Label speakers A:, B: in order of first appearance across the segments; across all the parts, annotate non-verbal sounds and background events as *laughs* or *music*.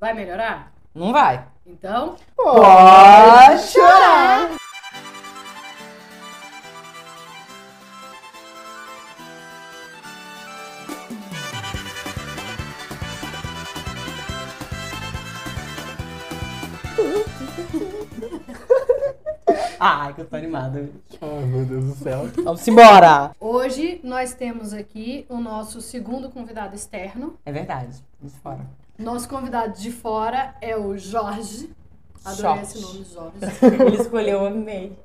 A: Vai melhorar?
B: Não vai.
A: Então,
B: Pode chorar. *laughs* Ai, que eu tô animada.
C: Ai, meu Deus do céu.
B: Vamos embora.
A: hoje nós temos aqui o nosso segundo convidado externo.
B: É verdade. Vamos fora.
A: Nosso convidado de fora é o Jorge. Adorei esse nome, Jorge.
B: Ele escolheu, eu amei.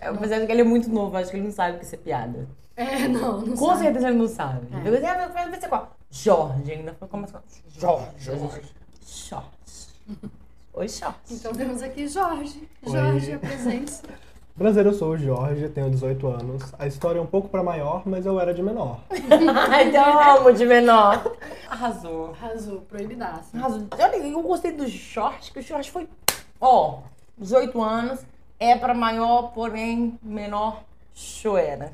B: Eu, mas acho que ele é muito novo, acho que ele não sabe o que isso é piada.
A: É, não, não
B: Com
A: sei.
B: certeza ele não sabe.
A: É.
B: Eu falei, ah, vai vai ser qual? Jorge, ainda foi como assim? Jorge. Jorge. Shorts.
A: *laughs*
B: Oi, Shorts.
A: Então temos aqui Jorge.
C: Oi.
A: Jorge, apresente-se.
C: Prazer, eu sou o Jorge, tenho 18 anos. A história é um pouco pra maior, mas eu era de menor.
B: *laughs* Ai, então eu amo de menor. Arrasou.
A: né? Arrasou, proibidaço.
B: Arrasou. Olha, eu gostei do short, que o short foi. Ó, 18 anos, é pra maior, porém menor,
A: *laughs*
B: choera.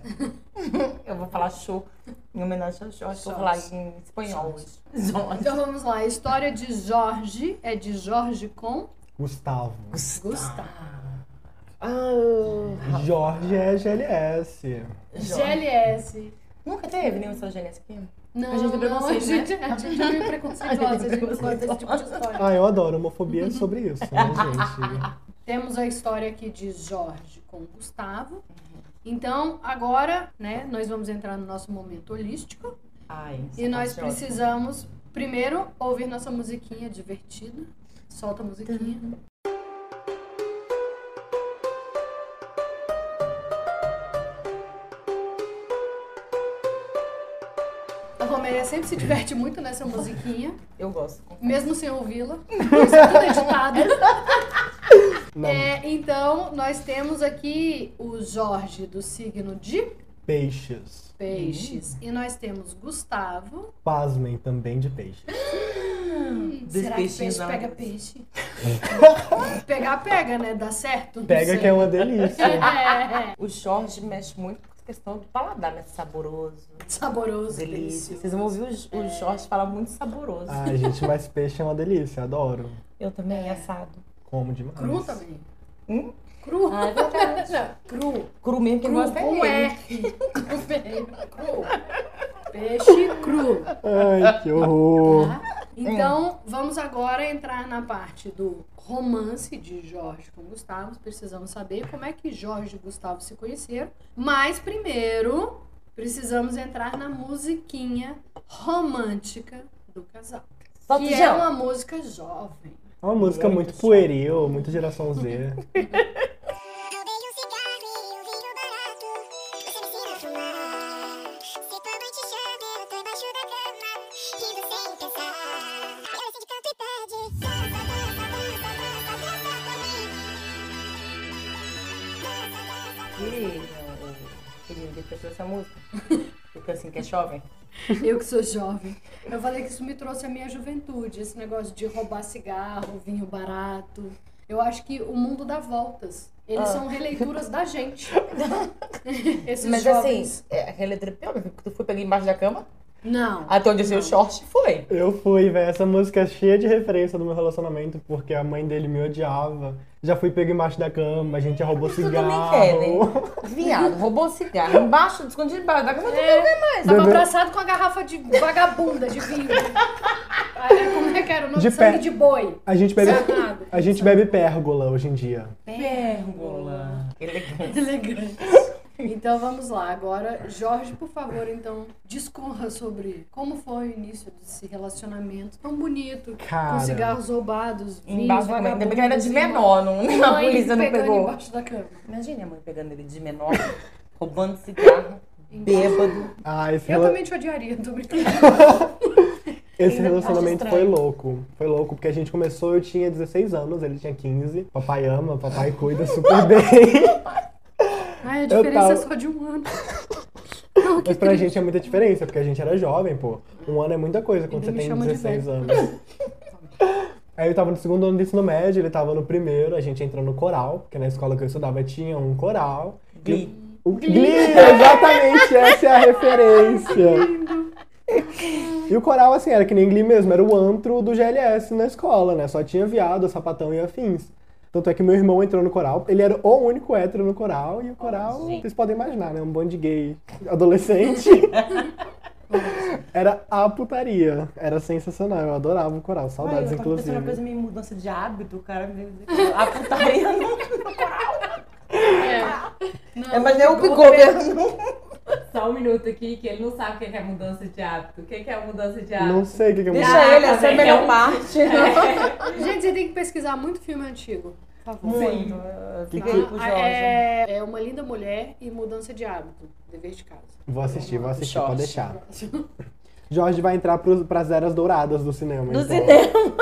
B: eu vou falar show em homenagem ao short, vou
A: Shorts.
B: falar em espanhol. Shorts.
A: Então vamos lá, a história de Jorge é de Jorge com
C: Gustavo.
A: Gustavo.
B: Ah,
C: Jorge é GLS.
B: Jorge.
A: GLS.
B: Nunca teve nenhum São Gênesis aqui?
A: Não,
B: A gente tem
A: não, a
B: preconceito,
A: gente, a gente é meio
B: A
A: preconceituosa,
B: gente
A: a
B: é
A: gente não gosta desse tipo de história.
C: Ah, eu adoro. Homofobia é sobre isso, né, gente?
A: Temos a história aqui de Jorge com Gustavo. Então, agora, né, nós vamos entrar no nosso momento holístico.
B: Ai,
A: E nós
B: Jorge.
A: precisamos, primeiro, ouvir nossa musiquinha divertida. Solta a musiquinha. A Romélia sempre se diverte muito nessa musiquinha,
B: Eu gosto.
A: mesmo sem ouvi-la. Isso é tudo editado.
C: Não,
A: É, então, nós temos aqui o Jorge do signo de
C: peixes.
A: peixes.
B: Hum.
A: E nós temos Gustavo.
C: Pasmem também de peixes.
B: Dos
A: Será que
B: peixinhos
A: peixe
B: lá.
A: pega
B: *laughs*
A: peixe? Pegar, pega, né? Dá certo? Não
C: Pega
A: sei.
C: que é uma delícia.
A: É, é.
B: O Jorge mexe muito com a questão do paladar, né? Saboroso,
A: Saboroso,
B: delícia.
A: delicioso.
B: Vocês vão ouvir o, o
A: É.
B: Jorge falar muito saboroso.
A: Ah.
C: Ai, gente, mas peixe é uma delícia. Adoro.
B: Eu também, assado.
C: Como demais.
A: Cru também?
B: Hum?
A: Cru?
B: Ah, é verdade.
A: Cru.
B: Cru mesmo, quem
A: Cru
B: gosta
A: com
B: é ele.
A: R. *laughs* Cru. Peixe cru.
C: Ai, que horror.
A: Tá?
B: Hum.
A: Então, vamos agora entrar na parte do romance de Jorge com Gustavo. Precisamos saber como é que Jorge e Gustavo se conheceram. Mas primeiro, precisamos entrar na musiquinha romântica do casal.
B: Solta o
A: Que é
B: João.
A: uma música jovem. *laughs*
C: É uma música muito pueril, muito geração Z.
D: Acabei um cigarro e um vinho barato. Você me ensina a fumar. Sipa noite chata, eu tô embaixo da cama. Rindo sem pensar. Eu assim de canto e pede. Dança, dança, dança, dança, dança pra mim.
B: Ih, o- o Querido, ele fechou
A: *laughs*
B: essa música. Porque assim, que é jovem.
A: Eu que sou jovem. Eu falei que isso me trouxe a minha juventude, esse negócio de roubar cigarro, vinho barato. Eu acho que o mundo dá voltas. Eles
B: Ah.
A: são releituras da
B: *laughs*
A: gente. Esses
B: Mas
A: jovens.
B: assim, é, aquela letra é pior, porque tu foi pegar embaixo da cama,
A: Não.
B: até onde eu sei o short foi.
C: Eu fui, velho. Essa música é cheia de referência do meu relacionamento, porque a mãe dele me odiava. Já fui pego embaixo da cama, a gente já roubou
B: Tudo
C: cigarro.
B: também quer, né?
A: *laughs*
B: Viado, roubou cigarro embaixo, escondido embaixo da cama, tu
A: É, Tava
C: Bebeu-
A: abraçado com a garrafa de vagabunda de vinho. Aí, como é que era o nome?
C: De
A: Sangue
C: pé.
A: de boi.
C: A gente bebe.
A: Sanado.
C: A gente bebe pérgola hoje em dia.
B: Pérgola. Elegante.
A: Elegante. Então vamos lá, agora, Jorge, por favor, então, discorra sobre como foi o início desse relacionamento tão bonito, com
C: Cara.
A: cigarros roubados, vinhos
B: Embaixo da cama. Ainda bem que ele era de
A: vagabundos,
B: menor, não,
A: e
B: a
A: mãe
B: polícia não
A: pegando
B: pegou.
A: embaixo da cama.
B: Imagina a mãe pegando ele de menor, *laughs* roubando cigarro, bêbado.
C: Ah, esse,
A: Eu
C: rela-
A: também te odiaria, tô
C: *laughs*
A: brincando.
C: esse
B: ainda
C: relacionamento
B: acho
C: foi
B: estranho.
C: louco. Foi louco, porque a gente começou, eu tinha 16 anos, ele tinha 15. Papai ama, papai cuida
A: *laughs*
C: super bem.
A: Ai, a
C: Eu
A: diferença é
C: tava-
A: só de um ano.
C: Mas pra gente é muita diferença, porque a gente era jovem, pô. Um ano é muita coisa quando
A: Ele
C: você
A: me
C: tem
A: chama de
C: 16
A: velho.
C: anos. Aí eu tava no segundo ano do ensino médio, ele tava no primeiro, a gente entrou no coral, porque na escola que eu estudava tinha um coral.
B: Glee. *laughs*
C: O Glee, exatamente, essa é a referência. E o coral, assim, era que nem Glee mesmo, era o antro do GLS na escola, né? Só tinha viado, sapatão e afins. Tanto é que meu irmão entrou no coral, ele era o único hétero no coral, e o coral,
B: gente.
C: vocês podem imaginar, né? Um bando de gay
B: *laughs*
C: adolescente. era a putaria. Era sensacional, eu adorava o coral, saudades,
B: eu tava pensando
C: inclusive.
B: uma coisa meio mudança de hábito, o cara me veio dizer que a putaria *laughs* não.
A: É.
B: É, mas nem o Bigover não.
E: Só um minuto aqui, que ele não sabe o que é mudança de hábito. O que é mudança de hábito?
C: Não sei o que que é
B: Deixa
E: Caraca,
B: ele, essa é
E: velho.
B: a melhor parte. *laughs*
A: Gente, você tem que pesquisar muito filme antigo, por favor.
B: Muito. tipo
C: Que
B: Fica
C: que-
B: aí pro
A: Ah,
B: Jorge.
A: é, é Uma Linda Mulher e Mudança de Hábito, dever de casa.
C: Vou assistir, vou assistir,
B: Jorge.
C: pode deixar. Jorge vai entrar pros, pras eras douradas do cinema.
B: Do
C: então.
B: cinema.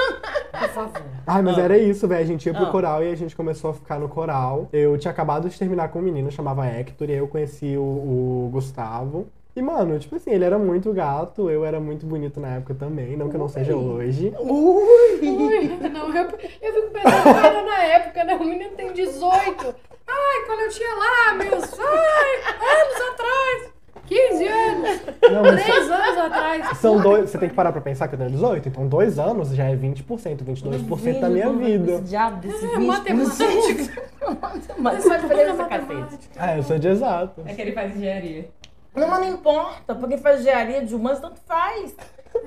A: Por favor.
C: Ai, mas
B: Ah.
C: era isso, velho. A gente ia pro
B: Ah.
C: coral e a gente começou a ficar no coral. Eu tinha acabado de terminar com um menino, chamava Hector, e aí eu conheci o, o Gustavo. E, mano, tipo assim, ele era muito gato, eu era muito bonito na época também, não que eu não seja hoje.
A: Ui, não, eu, eu fico pensando, era na época, né? O menino tem 18. Ai, quando eu tinha lá, meus. Ai, anos atrás. 15 anos,
C: Não, mas
A: 3 anos atrás.
C: são dois. Você tem que parar pra pensar que eu tenho 18, então dois anos já é 20%,
B: um
C: 22% da minha vida.
B: Esse diabo desse
A: É
B: vídeo.
A: matemática.
B: *laughs* Mas
A: Você sabe fazer
B: essa cacete.
A: matemática.
C: Ah, eu sou de exato.
E: É que ele faz engenharia.
B: Não, mas não importa, porque faz engenharia de humanos, tanto faz.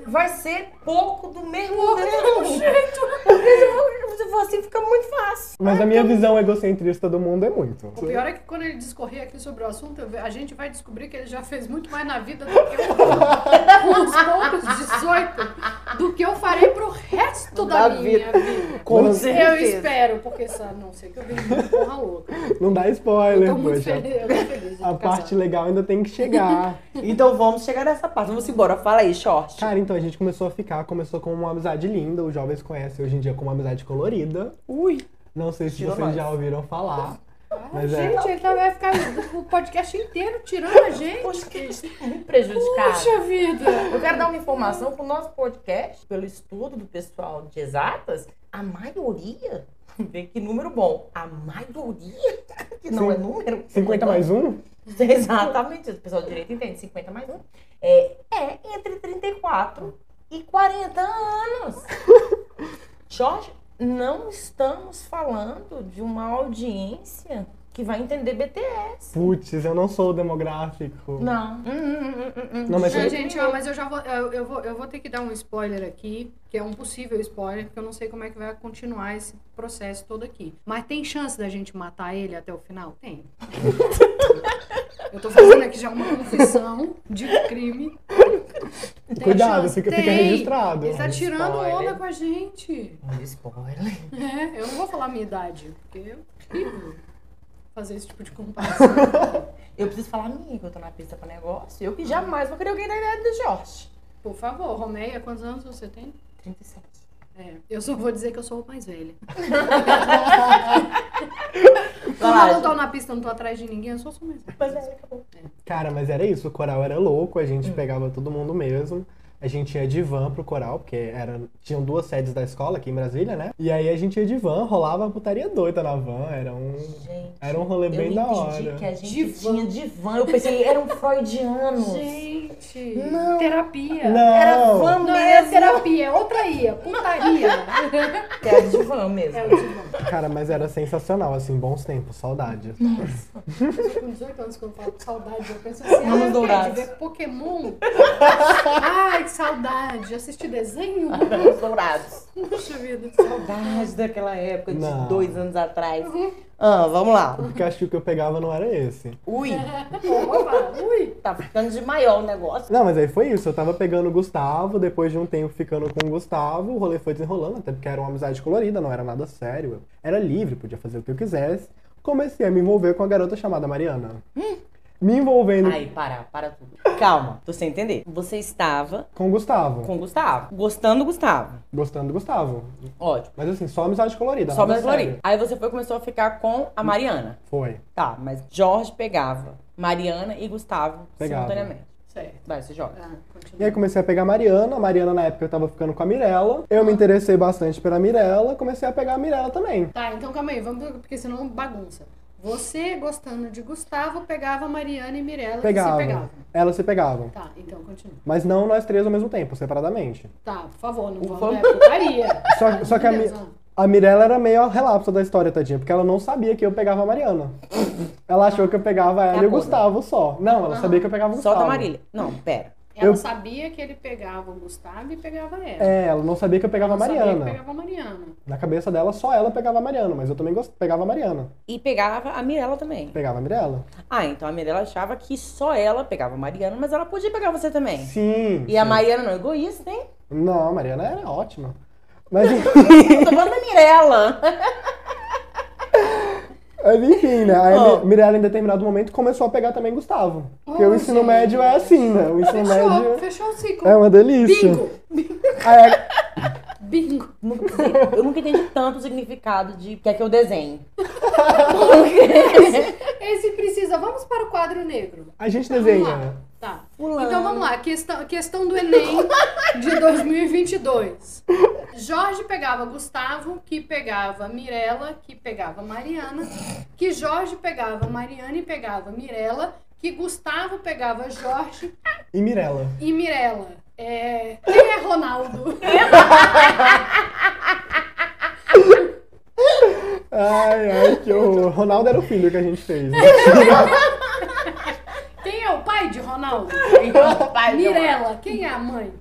B: Vai ser pouco do mesmo jeito. Porque se for, se for assim, fica muito fácil.
C: Mas a minha visão egocentrista do mundo é muito.
A: O pior é que quando ele discorrer aqui sobre o assunto, eu ve- a gente vai descobrir que ele já fez muito mais na vida do que eu. Com os poucos 18, do que eu farei pro resto da,
B: Da
A: minha vida.
C: Com
A: Eu
B: certeza.
A: espero, porque sabe, não sei que eu venho muito porra louca.
C: Não dá
A: Eu
C: spoiler,
A: tô muito
C: poxa.
A: feliz, eu tô feliz. de
C: né? A
A: ter
C: parte
A: casado.
C: legal ainda tem
B: *laughs*
C: que chegar.
B: Então vamos chegar nessa parte. Vamos embora. Fala aí, short.
C: Cara, então a gente começou a ficar, começou com uma amizade linda, os jovens conhecem hoje em dia como amizade colorida.
B: Ui.
C: Não sei se
B: Tirou
C: vocês
B: nós. Ah,
C: já ouviram falar. Mas é.
A: Gente, ele tá- vai ficar o podcast inteiro tirando a gente.
B: Poxa, que isso é muito prejudicado.
A: Puxa vida!
B: Eu quero dar uma informação pro nosso podcast, pelo estudo do pessoal de exatas, a maioria, *laughs* vê que número bom, a maioria, *laughs* que não
C: Sim.
B: é número.
C: 50 mais um?
B: *laughs* Exatamente, o pessoal de direito entende, 50 mais um. É, é entre 34 e 40
C: *laughs*
B: anos. Jorge, não estamos falando de uma audiência que vai entender BTS.
C: Putz, eu não sou o demográfico.
B: Não. Hum, hum, hum, hum, hum.
C: Não, mas é-
A: Não,
C: eu-
A: gente, ó, mas eu já vou eu, eu vou. eu vou ter que dar um spoiler aqui, que é um possível spoiler, porque eu não sei como é que vai continuar esse processo todo aqui. Mas tem chance da gente matar ele até o final?
C: *laughs*
A: Tem. eu tô fazendo aqui já uma confissão de crime. Tem
C: Cuidado,
A: chance?
C: fica, fica
A: Tem.
C: registrado.
A: Ele tá tirando
B: Um Spoiler.
A: onda com a gente.
B: Um Spoiler.
A: É, eu não vou falar a minha idade, porque é horrível fazer esse tipo de comparação.
B: Eu preciso falar, amiga, eu tô na pista pra negócio. Eu que jamais vou querer alguém da idade do Jorge.
A: Por favor, Romeia, quantos anos você tem?
B: 37.
A: É, eu só vou dizer que eu sou o mais
B: *laughs*
A: velha. Como eu não
B: Coragem.
A: tô na pista, eu não tô atrás de ninguém, eu só sou mais velha.
B: Mas é, acabou.
C: Cara, mas era isso, o coral era louco, a
B: Hum.
C: gente pegava todo mundo mesmo. A gente ia de van pro coral, porque era, tinham duas sedes da escola aqui em Brasília, né? E aí a gente ia de van, rolava uma putaria doida na van, era um,
B: Gente.
C: era um rolê
B: Eu
C: bem
B: entendi
C: da hora.
B: que a gente
A: Divã.
B: tinha divã. Eu pensei, era um freudiano.
A: Gente,
B: Não.
A: terapia.
C: Não,
B: Era van
A: Não, é
B: mesmo.
A: terapia, é outra ia, putaria.
B: Era divã mesmo.
A: é, eu tive
C: Cara, mas era sensacional, assim, bons tempos, saudades.
A: com 18 anos que eu falo com saudade, eu penso assim,
B: Anos
A: ah, eu quero
B: dourados.
A: ver Pokémon. Ai, que saudade, assistir desenho.
B: Os dourados.
A: Puxa vida.
B: Saudades daquela época de
C: Não.
B: dois anos atrás. Ah, vamos lá.
C: Porque acho que o que eu pegava não era esse.
B: *laughs* Ui,
A: Opa, ui.
B: tá ficando de maior o negócio.
C: Não, mas aí foi isso. Eu tava pegando o Gustavo, depois de um tempo ficando com o Gustavo, o rolê foi desenrolando, até porque era uma amizade colorida, não era nada sério. Eu era livre, podia fazer o que eu quisesse. Comecei a me envolver com a garota chamada Mariana. Me envolvendo
B: Aí, para, para tudo. Calma, tô sem entender. Você estava
C: com o Gustavo.
B: com o Gustavo, gostando do Gustavo.
C: Gostando do Gustavo.
B: Ótimo.
C: Mas assim, só amizade colorida.
B: Só
C: nada
B: mais
C: sério.
B: Florinda. Aí você foi começou a ficar com a Mariana.
C: Foi.
B: Tá, mas Jorge pegava Mariana e Gustavo
C: Pegava.
B: simultaneamente.
A: Certo.
B: Vai, você joga.
A: Ah,
C: E aí
A: continua.
C: comecei a pegar a Mariana. A Mariana, na época, eu tava ficando com a Mirella. Eu me interessei bastante pela Mirella, comecei a pegar a Mirella também.
A: Tá, então calma aí, vamos, porque senão bagunça. Você, gostando de Gustavo, pegava Mariana e Mirella
C: Pegava.
A: e se pegavam.
C: Elas se pegavam.
A: Tá, então continua.
C: Mas não nós três ao mesmo tempo, separadamente.
A: Tá, por favor, não
B: Por
A: vamos é putaria.
C: *laughs* Só, só que a, Mi-
A: Beleza.
C: a Mirella era meio a relapsa da história, tadinha, porque ela não sabia que eu pegava a Mariana. Ela achou que eu pegava ela e o
B: gorda.
C: Gustavo só. Não, ela
A: É Aham.
C: sabia que eu pegava o Gustavo.
B: Solta a Marília. Não, pera.
A: Ela
C: Eu-
A: sabia que ele pegava o Gustavo e pegava ela.
C: É, ela não sabia que eu pegava
A: Ela
C: a
A: Sabia
C: Mariana.
A: que pegava a Mariana.
C: Na cabeça dela, só ela pegava a Mariana, mas eu também gost... pegava a Mariana.
B: E pegava a Mirella também.
C: Pegava a Mirella.
B: Ah, então a Mirella achava que só ela pegava a Mariana, mas ela podia pegar você também.
C: Sim.
B: E a
C: sim.
B: Mariana não é egoísta, hein?
C: Não, a Mariana era ótima. Mas, *laughs*
B: Eu tô falando da Mirella.
C: mas enfim, né? Aí a
B: Ó.
C: Mi- Mirella, em determinado momento, começou a pegar também Gustavo. Porque
A: Oh,
C: o ensino
A: gente.
C: médio é assim, né? O ensino
A: Fechou,
C: médio
A: fechou o ciclo.
C: é uma delícia.
A: Bingo!
C: Aí,
A: Bingo!
B: Nunca- Eu nunca entendi tanto o significado de quer que eu desenhe.
A: Esse precisa. Vamos para o quadro negro.
C: a gente
A: Vamos
C: desenha.
A: lá.
C: né?
A: Tá.
B: Fulano.
A: Então vamos lá. Questão, questão do Enem de 2022. Jorge pegava Gustavo, que pegava Mirella, que pegava Mariana, que Jorge pegava Mariana e pegava Mirella, que Gustavo pegava Jorge
C: E Mirella.
A: e Mirella. É... Quem é Ronaldo?
C: Ai, ai, que horror. Ronaldo era o filho que a gente fez. Né?
A: Quem é o pai de Ronaldo?
B: Vai,
A: Mirella. Quem é a mãe?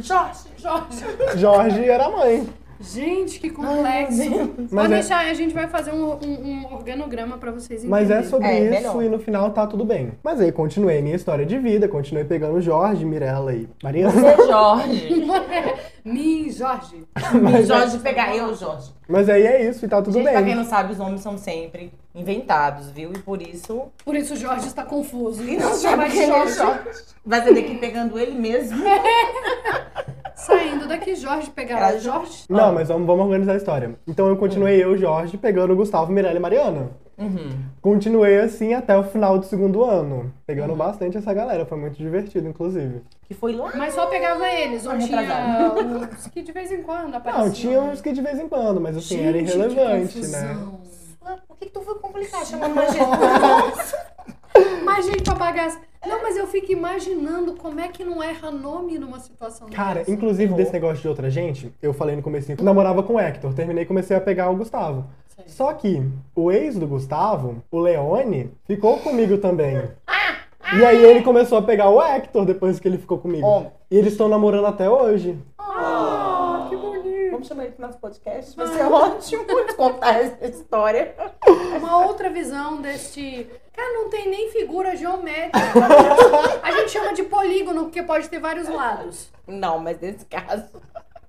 B: Jorge.
A: Jorge.
C: Jorge era a mãe.
A: Gente, que complexo. Pode
C: Mas é-
A: deixar, a gente vai fazer um, um- um organograma pra vocês entenderem.
C: Mas é
A: *laughs*
C: sobre
B: É,
C: isso
B: melhor.
C: e no final tá tudo bem. Mas aí continuei minha história de vida, continuei pegando Jorge, Mirella e Mariana.
B: Você, Jorge.
A: Mim, Jorge.
B: E Jorge pegar eu, Jorge.
C: Mas aí é isso e tá tudo
B: Gente, pra quem
C: bem.
B: não sabe, os nomes são sempre inventados, viu? E por isso.
A: Por isso o Jorge está confuso. E
B: E não sabe quem é Jorge. Vai ser daqui pegando ele mesmo.
A: Saindo daqui, Jorge pegará
B: Era
A: Jorge.
C: Não, mas vamos, vamos organizar a história. Então eu continuei eu, Jorge, pegando Gustavo, Mirella e Mariana.
B: Uhum.
C: Continuei assim até o final do segundo ano. Pegando bastante essa galera, foi muito divertido, inclusive.
B: Que foi lá.
A: Mas só pegava eles, ou
B: Ah,
A: tinha
B: retrasado.
A: uns que de vez em quando apareciam.
C: Não, tinha uns que de vez em quando, mas assim, era
A: Gente, que
C: irrelevante, né?
A: confusão.
B: Ah, Por que, que tu foi complicar? Chamando uma gestão.
A: *laughs* Mas, gente, pra bagaça. Não, mas eu fico imaginando como é que não erra nome numa situação
C: Cara,
A: dessa.
C: inclusive desse negócio de outra gente, eu falei no comecinho que eu namorava com o Hector, terminei e comecei a pegar o Gustavo.
A: Sério.
C: Só que o ex do Gustavo, o Leone, ficou comigo também. E aí ele começou a pegar o Hector depois que ele ficou comigo.
B: Ó.
C: E eles estão namorando até hoje.
A: Ah, que bonito.
B: Vamos chamar ele pro nosso podcast. Vai ser ótimo *laughs* de contar essa história.
A: Uma outra visão deste. Cara, não tem nem figura geométrica. A gente chama de polígono, porque pode ter vários lados.
B: Não, mas nesse caso. *laughs*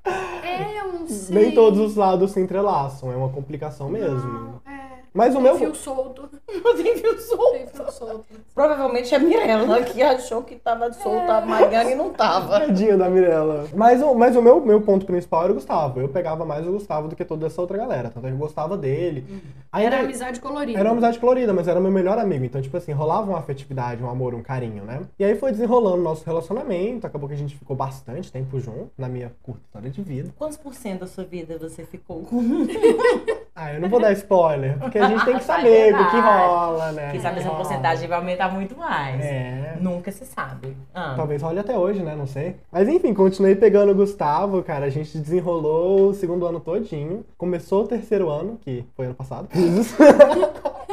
A: É, eu não sei.
C: Nem todos os lados se entrelaçam, é uma complicação mesmo.
A: Não, é.
C: Mas o
A: Tem
C: meu.
A: fio solto.
B: Não tem fio solto.
A: Tem fio solto.
B: Provavelmente é a Mirella que achou que tava solta a Mariana e não tava.
C: Tadinha da Mirella. Mas o, mas o meu, meu ponto principal era o Gustavo. Eu pegava mais o Gustavo do que toda essa outra galera. Tanto é que eu gostava dele. Ainda-
A: Era É amizade colorida.
C: Era uma amizade colorida, mas era meu melhor amigo. Então, tipo assim, rolava uma afetividade, um amor, um carinho, né? E aí foi desenrolando o nosso relacionamento. Acabou que a gente ficou bastante tempo junto na minha curta história de vida.
B: Quantos por cento da sua vida você ficou com?
C: Ah, eu não vou dar spoiler, porque a gente tem
B: *laughs*
C: que
B: Vai
C: saber o que
B: É verdade.
C: rola, né?
B: Quem
C: O
B: sabe
C: que
B: essa
C: rola.
B: porcentagem vai aumentar muito mais.
C: É.
B: Nunca se sabe. Ah.
C: Talvez role até hoje, né? Não sei. Mas enfim, continuei pegando o Gustavo, cara. A gente desenrolou o segundo ano todinho. Começou o terceiro ano, que foi ano passado. *laughs*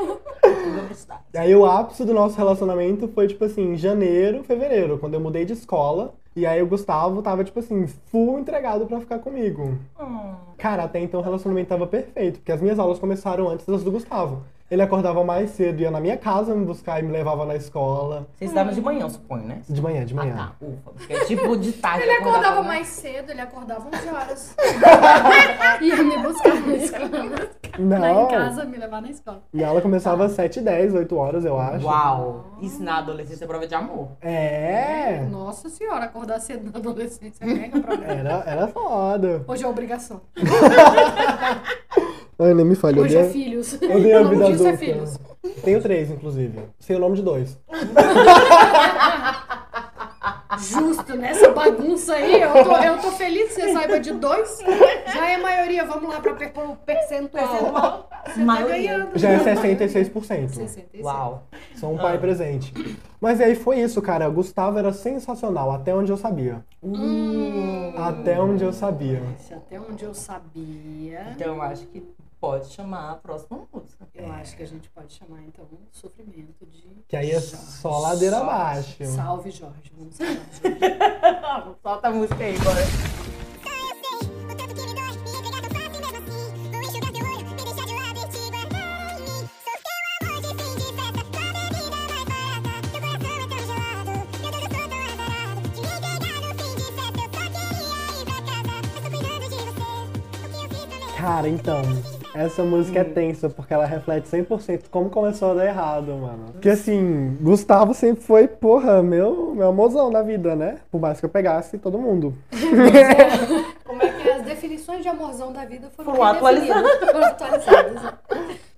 C: E Aí o ápice do nosso relacionamento foi, tipo assim, em janeiro, fevereiro, quando eu mudei de escola. E aí o Gustavo tava, tipo assim, full entregado pra ficar comigo.
B: Hum.
C: Cara, até então o relacionamento tava perfeito, porque as minhas aulas começaram antes das do Gustavo. Ele acordava mais cedo, ia na minha casa me buscar e me levava na escola.
B: Vocês estavam de manhã, eu suponho, né?
C: De manhã, de manhã.
B: Ah, tá, ufa. Porque é tipo de tarde.
A: Ele
B: acordava né?
A: acordava né?
B: na-
A: mais cedo, ele acordava 11 *laughs* horas. Ia me buscar na escola.
B: tá.
A: Lá em casa, me levar na escola.
C: E a aula começava às 7h10, 8 horas, eu acho.
B: Uau! Isso na adolescência é prova de amor.
C: É,
A: Nossa senhora, acordar cedo na adolescência é mega problema.
C: era, era foda.
A: Hoje é obrigação.
C: Ai, nem me falha.
A: Hoje é
C: Odeio,
A: filhos.
C: odeio a
A: O
C: vida
A: nome disso
C: adulta.
A: é filhos.
C: Tenho três, inclusive. Sei o nome de dois.
A: né? Justo, nessa bagunça aí, eu tô, eu tô feliz que você saiba de dois. Já é maioria, vamos lá para o percentual.
B: Percentual.
A: Você tá
B: Maioria.
A: ganhando.
C: Já é
A: né?
C: 66%.
A: 66.
B: Uau.
C: Sou um
B: Ah.
C: pai presente. Mas aí foi isso, cara. Gustavo era sensacional, até onde eu sabia.
A: Hum.
C: Até onde eu sabia.
A: Isso, Até onde eu sabia,
B: Então eu acho que pode chamar a próxima música.
A: eu acho que a gente pode chamar então um sofrimento de.
C: Que aí é só ladeira abaixo.
A: Salve, Jorge. Vamos salvar, Jorge.
B: Solta a música aí, bora.
D: O tanto que me dói, me entregar tão fácil mesmo assim. Vou enxugar teu olho, me deixar de lado e te guardar em mim. Sou teu amor de fim de festa, tua bebida mais barata. Teu coração é tão gelado, meu Deus, eu sou tão azarado. Te entregar no fim de festa, eu só queria ir pra casa. Mas tô cuidando de você, o que eu fiz também.
C: Cara, então, essa música é tensa porque ela reflete 100% como começou a dar errado, mano. Porque assim, Gustavo sempre foi, porra, meu, meu mozão da vida, né? Por mais que eu pegasse todo mundo.
A: Como é que as definições de amorzão da vida foram,
B: Foram
A: redefinidas, foram atualizadas.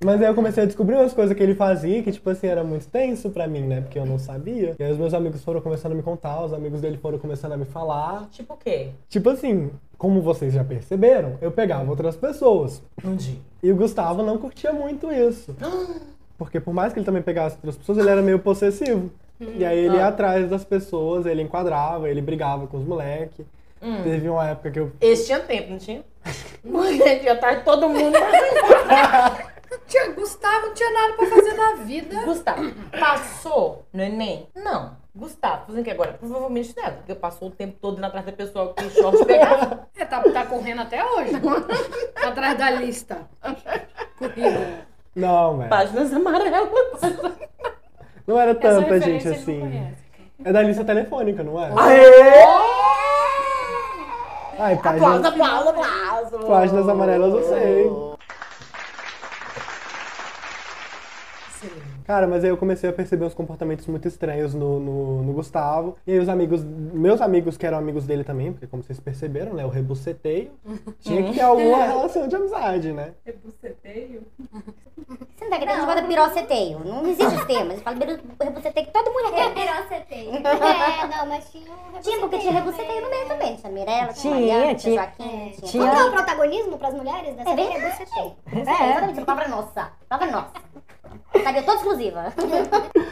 C: Mas aí eu comecei a descobrir umas coisas que ele fazia que, tipo assim, era muito tenso pra mim, né? Porque eu não sabia. E aí os meus amigos foram começando a me contar, os amigos dele foram começando a me falar.
B: Tipo o quê?
C: Tipo assim, como vocês já perceberam, eu pegava outras pessoas.
B: Um dia.
C: E o Gustavo não curtia muito isso. Porque por mais que ele também pegasse outras pessoas, ele era meio possessivo. E aí
E: Ah.
C: ele ia atrás das pessoas, ele enquadrava, ele brigava com os moleques.
E: Hum.
C: Teve uma época que eu.
B: *laughs* Esse tinha tempo, não tinha? Devia estar tá, todo *laughs* mundo.
A: Tinha Gustavo, não tinha nada pra fazer na vida.
B: Gustavo, passou no Enem? Não. Gustavo, fazendo o que agora? Provavelmente deve, porque passou o tempo todo indo atrás da pessoa com o *laughs* short pegava.
A: É, tá, tá correndo até *laughs* hoje. Atrás da lista. Corrida.
C: Não, velho.
B: Páginas amarelas.
C: Não era
E: Essa
C: tanta gente
E: referência ele
C: assim.
E: não conhece.
C: É da lista telefônica, não é? Ai,
B: Aplausos,
C: páginas,
B: aplausos, aplausos.
C: páginas amarelas eu sei.
A: Sim.
C: Cara, mas aí eu comecei a perceber uns comportamentos muito estranhos no, no, no Gustavo. E aí os amigos, meus amigos que eram amigos dele também, porque como vocês perceberam, né, eu rebuceteio. Tinha que ter
B: *laughs*
C: alguma relação de amizade, né?
E: É buceteio?
F: Você não tá gritando, você bota piroceteio. Não existe esse termo. Você fala biru- rebuceteio que todo mundo é.
G: Piroceteio. É, não, mas tinha um
F: Tinha, porque tinha rebuceteio no meio também. Tinha Mirella, tinha
G: Tinha,
F: Mariana, tinha
G: tinha.
F: Joaquim,
G: Qual
F: tinha...
G: que é o protagonismo pras mulheres dessa
F: É
G: série?
F: verdade.
G: Rebuceteio.
F: É, exatamente. Uma palavra nossa. Palavra nossa. Sabia toda exclusiva.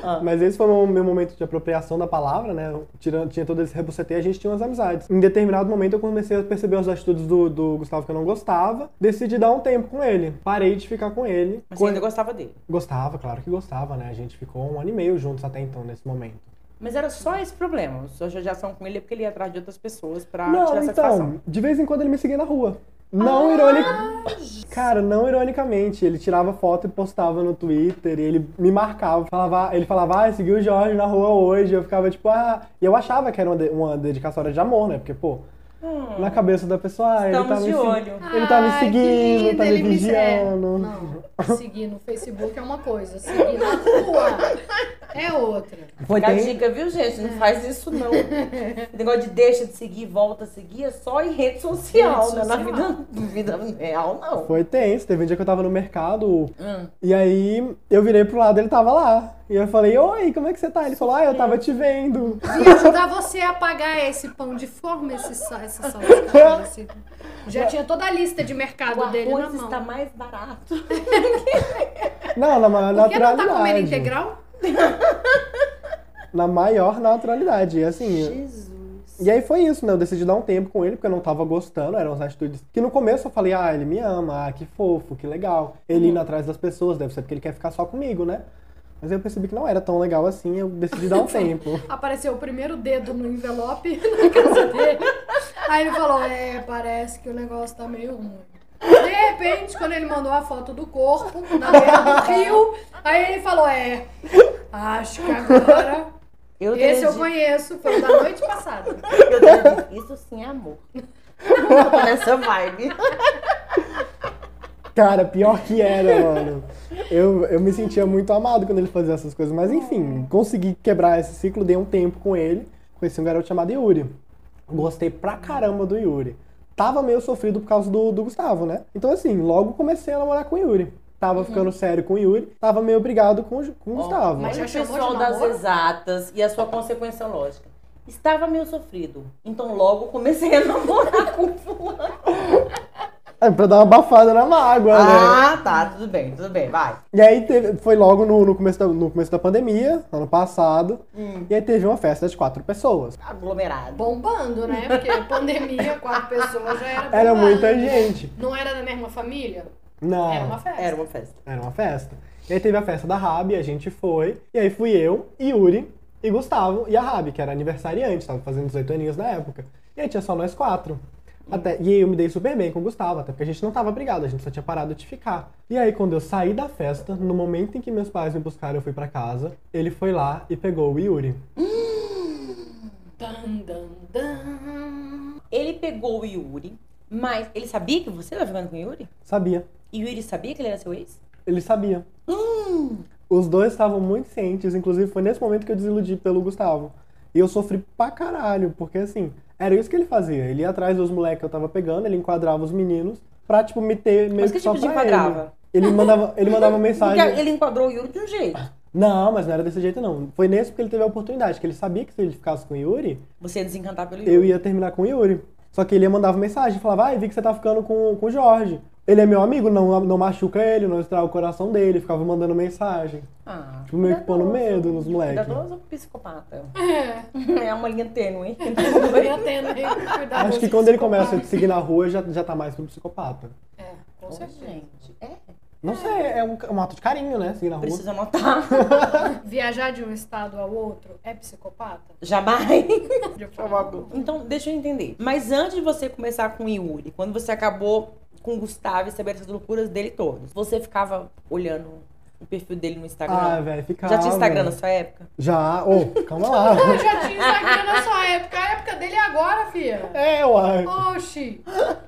B: Ah.
C: Mas esse foi o meu momento de apropriação da palavra, né? Tirando, tinha todo esse rebuceteio, a gente tinha umas amizades. Em determinado momento eu comecei a perceber as atitudes do, do Gustavo que eu não gostava. Decidi dar um tempo com ele. Parei de ficar com ele.
B: Mas você ainda gostava dele.
C: Gostava, claro que gostava, né? A gente ficou um ano e meio juntos até então, nesse momento.
B: Mas era só esse problema. Sua judiação com ele é porque ele ia atrás de outras pessoas pra
C: Não,
B: tirar Ah, satisfação.
C: então, de vez em quando ele me seguia na rua. Não ironicamente. Cara, não ironicamente. Ele tirava foto e postava no Twitter, e ele me marcava. Falava, ele falava, ah, segui o Jorge na rua hoje. Eu ficava tipo, ah. E eu achava que era uma, de- uma dedicatória de amor, né? Porque, pô,
B: Hum.
C: na cabeça da pessoa, ah, ele
B: Estamos
C: tá me
B: de
C: se-
B: olho.
C: Ele tá me
A: Ai, que
C: seguindo,
A: lindo,
C: tá me
A: ele me segue.
C: vigiando.
A: Não, seguir no Facebook é uma coisa, seguir na rua é outra.
C: Foi,
B: Fica a
C: tem-
B: dica, viu, gente? Não faz isso, *laughs* não. Esse negócio de deixa de seguir, volta a seguir é só em rede social,
A: Rede
B: né? Na
A: social.
B: vida, vida real, não.
C: foi tenso. Teve um dia que eu tava no mercado,
A: Ah.
B: Hum.
C: E aí eu virei pro lado, ele tava lá. E eu falei, oi, como é que você tá? Ele falou, ah, eu tava te vendo.
A: Vim ajudar você a pagar esse pão de forma, esse, sa- essa salsicha. esse- Já tinha toda a lista de mercado
B: O
A: dele na
B: arroz
A: mão.
B: está mais barato.
C: Não, na maior
A: Por que não tá
C: naturalidade.
A: comendo integral?
C: Na maior naturalidade. E assim. eu-
B: Jesus.
C: E aí foi isso, né? Eu decidi dar um tempo com ele, porque eu não tava gostando, eram as atitudes. Que no começo eu falei, ah, ele me ama, ah, que fofo, que legal. Ele
A: Uhum.
C: indo atrás das pessoas, deve ser porque ele quer ficar só comigo, né? Mas aí eu percebi que não era tão legal assim, eu
A: *laughs*
C: decidi dar um tempo.
A: Apareceu o primeiro dedo no envelope *laughs* na casa dele. Aí ele falou: É, parece que o negócio tá meio ruim. De repente, quando ele mandou a foto do corpo na beira do rio, aí ele falou: É, acho que agora.
B: Eu
A: Esse eu
B: teria
A: conheço, foi o da noite passada.
B: dito- eu teria dito, Isso sim é *laughs* amor. Eu tô nessa vibe.
C: Cara, pior
B: *laughs*
C: que era, mano. Eu, eu me sentia muito amado quando ele fazia essas coisas. Mas enfim,
B: É.
C: consegui quebrar esse ciclo, dei um tempo com ele. Conheci um garoto chamado Yuri. Gostei pra caramba do Yuri. Tava meio sofrido por causa do, do Gustavo, né? Então, assim, logo comecei a namorar com o Yuri.
B: Uhum.
C: Tava ficando sério com o Yuri, tava meio brigado com, o Ju- com o Gustavo.
B: Mas
A: já
B: o
A: chamou de
B: pessoal das
A: namoro?
B: exatas e a sua consequência lógica. *laughs* Estava meio sofrido. Então logo comecei a namorar com fulano.
C: É pra dar uma abafada na mágoa, né?
B: Ah, tá, tudo bem, tudo bem, vai.
C: E aí teve- foi logo no, no começo da, no começo da pandemia, ano passado.
B: Hum.
C: E aí teve uma festa de quatro pessoas.
B: Aglomerado.
A: Bombando, né? Porque pandemia, quatro pessoas já
B: É
A: era.
C: Era
A: bombando.
C: muita gente.
A: Não era da mesma família?
C: Não,
A: Era uma festa.
B: Era uma festa.
C: era uma festa. E aí teve a festa da Rabi, a gente foi. E aí fui eu, Yuri e Gustavo e a Rabi, que era aniversariante, tava fazendo 18 aninhos na época. E aí tinha só nós quatro. Até, e aí eu me dei super bem com o Gustavo, até porque a gente não tava brigado, a gente só tinha parado de ficar. E aí quando eu saí da festa, no momento em que meus pais me buscaram, eu fui pra casa, ele foi lá e pegou o Yuri.
A: Dan, dan, dan.
B: Ele pegou o Yuri, mas ele sabia que você estava jogando com o Yuri?
C: Sabia.
B: E o Yuri sabia que ele era seu ex?
C: Ele sabia.
B: Hum,
C: Os dois estavam muito cientes, inclusive foi nesse momento que eu desiludi pelo Gustavo. E eu sofri pra caralho, porque assim, era isso que ele fazia. Ele ia atrás dos moleques que eu tava pegando, ele enquadrava os meninos pra, tipo, me ter meio
B: mas que
C: que só
B: tipo de
C: pra
B: enquadrava?
C: ele. Ele mandava, ele mandava
B: *laughs* Porque
C: mensagem.
B: ele enquadrou o Yuri de um jeito.
C: Não, mas não era desse jeito, não. Foi nesse porque ele teve a oportunidade, que ele sabia que se ele ficasse com o Yuri,
B: Você ia desencantar pelo Yuri.
C: eu ia terminar com o Yuri. Só que ele mandava mensagem, falava, ai, vi que você tá ficando com, com o Jorge. Ele é meu amigo, não, não machuca ele, não estraga o coração dele, ficava mandando mensagem.
B: Ah,
C: Tipo, meio que pondo
B: cuidadoso.
C: medo nos moleques.
B: Cuidadoso ou psicopata?
A: É,
B: *laughs* É uma linha tênue.
A: eu tendo aí né? cuidado.
C: Acho que quando ele começa a te seguir na rua, já, já tá mais pro psicopata.
A: É, com
B: Ô,
A: certeza.
B: gente, é.
C: Não sei, é um, é um ato de carinho, né? Seguir na rua.
B: Precisa anotar. *laughs*
A: Viajar de um estado ao outro é
C: *laughs*
A: psicopata?
B: Jamais.
A: Já
C: é
A: foi.
B: Então, deixa eu entender. Mas antes de você começar com o Yuri, quando você acabou com o Gustavo e saber essas loucuras dele todas, você ficava olhando o perfil dele no
C: Ah,
B: Instagram?
C: velho, ficava.
B: Já tinha Instagram na sua época?
C: Já. Ô, calma
B: *laughs*
C: lá.
A: Eu já tinha Instagram na sua época. A época dele é agora, filha.
C: é, uai. *laughs*
A: Oxi! Ah,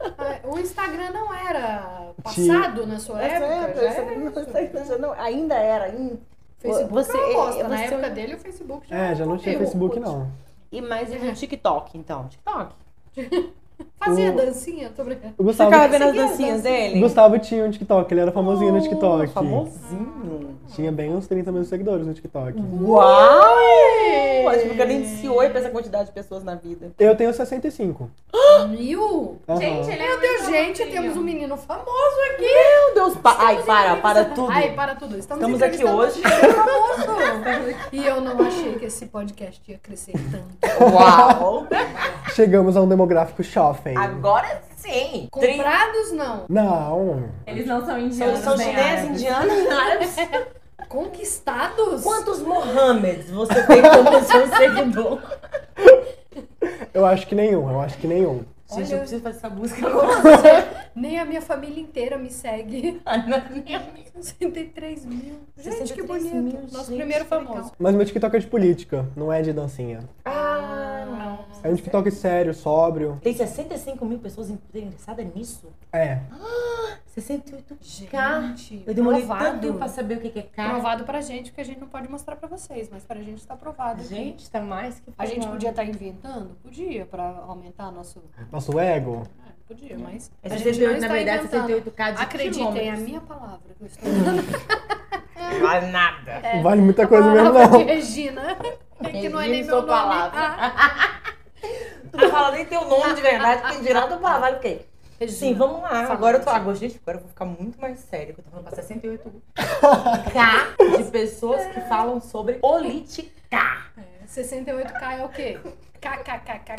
A: O Instagram não era
C: Tinha. é,
A: passado na sua
B: É,
A: época? Já era.
B: não, ainda era, ainda.
A: Facebook
B: Você-
A: é uma bosta. Na
B: você-
A: época dele, o Facebook já
C: É, já não tinha
A: morreu.
C: Facebook, não.
B: E mais no TikTok, então. TikTok.
A: *laughs* Fazia
C: O-
A: dancinha? Tô brincando.
C: O
B: Você
C: Gustavo,
B: ficava vendo as
A: Seguia as
B: dancinhas
A: dancinhas.
B: dele?
C: Gustavo tinha um TikTok, ele era famosinho
B: Hum,
C: no TikTok.
B: Famosinho.
C: Tinha bem uns 30 mil seguidores no TikTok.
B: Uhum. Uau! Acho que nunca nem iniciou pra essa quantidade de pessoas na vida.
C: Eu tenho 65.
A: Mil?
B: Uhum.
C: Aham.
E: Gente, ele é
A: Meu Deus,
E: muito
A: gente,
E: novinho.
A: temos um menino famoso aqui.
B: Meu Deus, pa- ai, para, para tudo.
A: Ai, para tudo. Estamos,
B: Estamos aqui
A: entrevistando
B: hoje.
A: um menino famoso. e eu não achei que esse podcast ia crescer tanto.
B: Uau!
C: Chegamos a um demográfico
B: *laughs*
C: shopping.
B: Agora sim! Trin-
A: Comprados, não.
C: Não.
A: um
E: Eles não são
B: São,
E: indianos.
B: são
E: nem
B: chineses,
E: árabes.
B: indianos e *laughs* árabes.
A: Conquistados?
B: Quantos Mohammeds você tem *laughs* como seu seguidor?
C: Eu acho que nenhum, eu acho que nenhum.
A: Olha.
B: Gente, eu preciso fazer essa música agora.
A: Nossa, Nem a minha família inteira me
B: *laughs*
A: segue.
B: é
A: 63 mil. Gente, que
B: 63
A: bonito.
B: mil,
A: Nosso
B: gente,
A: primeiro
B: que
A: famoso.
B: legal.
C: Mas meu TikTok é de política, não é de dancinha.
B: Ah, não.
C: É um TikTok sério, sóbrio.
B: Tem 65 mil pessoas interessadas nisso?
C: É,
B: 68
A: Gente,
B: Eu demorei tanto
A: provado.
B: tempo pra saber o que que é K.
A: Provado pra gente, porque a gente não pode mostrar pra vocês, mas pra gente tá provado. aqui.
B: Gente, tá mais que
A: A gente
B: provado.
A: podia estar inventando? Podia, pra aumentar nosso.
C: Nosso ego?
A: É, podia, mas.
B: É
A: a gente não
B: 68, na
A: está
B: verdade,
A: inventando.
B: 68k de
A: Acreditem, é a
B: quilômetros.
A: minha palavra que eu
C: *laughs*
A: estou dando.
B: Não vale nada.
A: É.
C: Vale muita
A: A
C: coisa mesmo,
A: palavra de
C: não.
A: Regina. É que não é nem
B: Regina,
A: meu
B: sua
A: nome.
B: palavra.
A: Ah,
B: Tu não fala nem teu nome de verdade, quem dirá do palavra, ok.
A: Regina.
B: Sim, vamos lá.
A: Fala,
B: agora eu tô.
A: Regina.
B: Agora, gente, agora eu vou ficar muito mais sério, que eu tô falando pra 68k de pessoas que falam sobre política.
A: É, 68K é o quê? KKKK.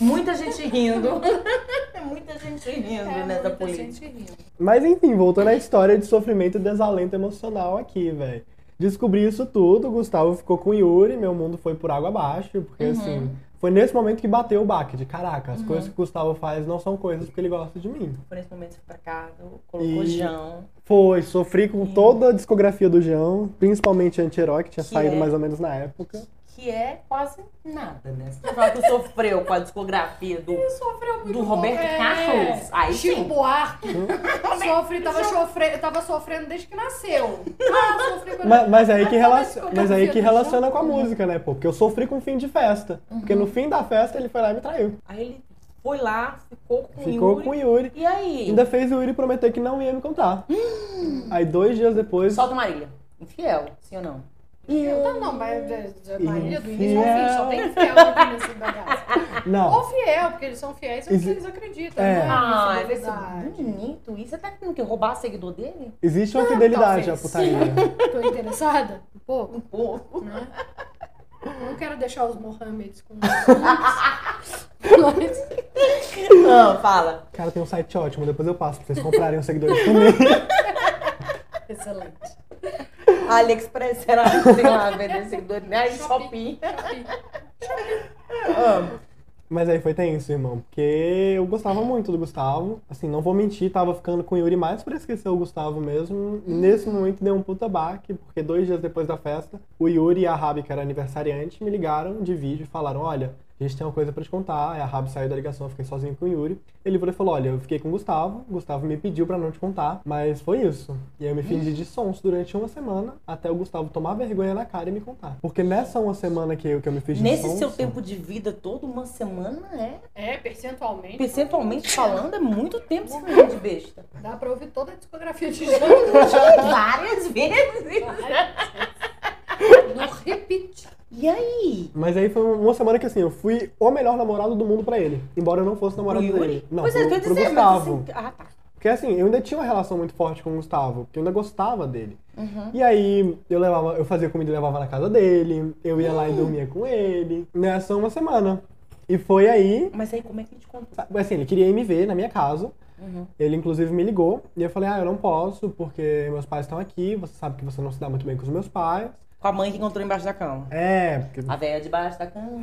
B: Muita gente rindo. *laughs* Muita gente rindo nessa
A: muita
B: política.
A: gente rindo.
C: Mas enfim, voltando à história de sofrimento e desalento emocional aqui, velho. Descobri isso tudo, o Gustavo ficou com o Yuri, meu mundo foi por água abaixo, porque
B: Uhum.
C: assim, foi nesse momento que bateu o baque de caraca, as coisas que o Gustavo faz não são coisas porque ele gosta de mim.
B: Por esse momento eu fui pra casa, colocou
C: E-
B: Jão.
C: Foi, sofri com toda a discografia do João, principalmente anti-herói, que tinha
B: Que
C: saído
B: é?
C: mais ou menos na época.
B: Que é quase nada, né? Você fala que sofreu com a discografia do,
A: Sofreu muito
B: do Roberto
A: pouco, é.
B: Carlos. Aí
A: Chico
B: sim.
A: Buarque
C: Hum?
A: sofre, tava, sofre, tava sofrendo desde que nasceu. Ah, sofri quando...
C: Mas, mas aí que
A: Acaba
C: relac-
A: de colocar
C: mas aí que
A: o dedo no
C: relaciona com a música, né, pô? Porque eu sofri com o fim de festa. Porque no fim da festa ele foi lá e me traiu.
B: Aí ele foi lá, ficou com
C: Ficou
B: o
C: com o
B: Yuri.
C: Yuri.
B: E aí?
C: Ainda fez o Yuri prometer que não ia me contar. Aí dois dias depois.
B: Solta Marília. Infiel, sim ou não?
A: Então não, mas é, é marido,
C: Infiel.
A: infiel. só tem fiel aqui nesse bagaço.
C: Não.
A: Ou fiel, porque eles são fiéis e
C: Exi-
A: eles acreditam.
C: É.
A: né?
B: Ah,
A: Isso é
B: esse
A: novidade.
B: bonito. Isso tá até como que roubar seguidor dele?
C: Existe uma fidelidade à
A: talvez.
C: putaria.
A: Tô interessada? Um pouco,
B: Um pouco.
A: né? Não quero deixar os Mohammeds
C: *laughs*
A: com os mas
B: Não, fala.
C: Cara, tem um site ótimo, depois eu passo pra vocês comprarem um os seguidores também.
A: Excelente.
B: AliExpress *laughs* era, sei lá, vender seguidor. Ai,
A: Shopping.
B: Shopping.
C: Mas aí foi tenso, irmão, porque eu gostava muito do Gustavo. Assim, não vou mentir, tava ficando com o Yuri mais pra esquecer o Gustavo mesmo. E nesse momento deu um puta baque, porque dois dias depois da festa, o Yuri e a Rabi, que era aniversariante, me ligaram de vídeo e falaram: Olha, a gente tem uma coisa pra te contar. Aí a Rabi saiu da ligação, eu fiquei sozinho com o Yuri. Ele virou e falou: Olha, eu fiquei com o Gustavo, o Gustavo me pediu pra não te contar, mas foi isso. E aí eu me fingi de sonso durante uma semana, até o Gustavo tomar vergonha na cara e me contar. Porque nessa uma semana que eu, que eu me fingi de
B: Nesse seu
C: sonso-
B: tempo de vida, toda uma semana é.
A: É, percentualmente.
B: Percentualmente falando, é muito tempo que você de besta.
A: Dá pra ouvir toda a discografia de Jorge.
B: Várias *laughs* vezes.
A: Não repite.
B: E aí?
C: Mas aí foi uma semana que assim, eu fui o melhor namorado do mundo pra ele. Embora eu não fosse namorado
B: Pro Yuri?
C: dele. Não,
B: pois é,
C: pro,
B: eu tô
C: pro
B: dizendo, mas
C: Gustavo.
B: assim. Ah, tá.
C: Porque assim, eu ainda tinha uma relação muito forte com o Gustavo, porque eu ainda gostava dele.
B: Uhum.
C: E aí eu levava, eu fazia comida e levava na casa dele, eu ia lá e dormia com ele. Nessa uma semana. E foi aí.
B: Mas aí, como é que a gente conta?
C: Assim, ele queria ir me ver na minha casa.
B: Uhum.
C: Ele, inclusive, me ligou. E eu falei, ah, eu não posso, porque meus pais estão aqui. Você sabe que você não se dá muito bem com os meus pais.
B: Com a mãe que encontrou embaixo da cama.
C: É, porque
B: A velha debaixo da cama.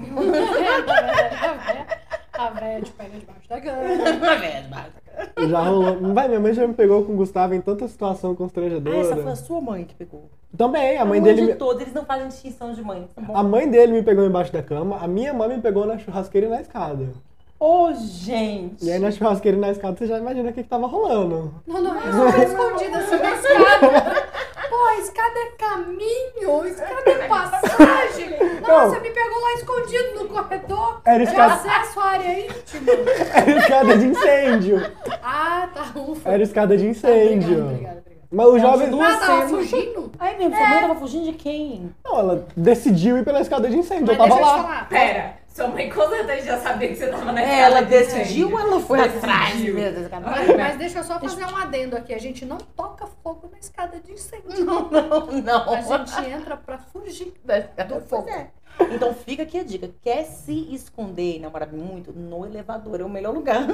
A: A véia de pega debaixo da cama.
B: *laughs* a velha debaixo da cama.
C: já rolou. Vai, minha mãe já me pegou com o Gustavo em tanta situação
B: Ah,
C: constrangedora.
B: essa foi a sua mãe que pegou.
C: Também, a mãe,
B: de
C: dele. me-
B: todos, eles não fazem distinção de mãe. Tá bom.
C: A mãe dele me pegou embaixo da cama, a minha mãe me pegou na churrasqueira e na escada.
B: Ô, gente!
C: E aí né? na churrasqueira e na escada você já imagina o que, que tava rolando.
A: Não, não, eu sou escondida assim na escada. Pô, escada é caminho, escada é passagem.
C: Não.
A: Nossa, me pegou lá escondido no corredor.
C: Era
A: de
C: escada,
A: acesso à área íntima.
C: era escada de incêndio.
A: Ah, tá, ufa.
C: Era escada de
A: Obrigada,
C: incêndio.
A: obrigada, obrigada.
C: Mas o jovem.
B: duas-
A: Ah, tava
B: cenas.
A: fugindo?
B: Ai, minha sua mãe tava fugindo de quem?
C: Não, ela decidiu ir pela escada de incêndio.
A: Mas
C: eu tava
A: deixa eu te
C: lá.
A: falar.
E: Pera, sua mãe com certeza já sabia que você tava na
B: É,
E: escada
B: ela
E: de
B: decidiu
E: incêndio.
B: ou ela foi
E: Decidiu.
B: atrás? Meu Deus, cara.
A: Mas, mas deixa eu só fazer um adendo aqui. A gente não toca fogo na escada de incêndio.
B: Não, não, não.
A: A gente entra pra fugir.
B: Do fogo. Então fica aqui a dica. Quer se esconder e namorar muito? No elevador é o melhor *laughs* lugar.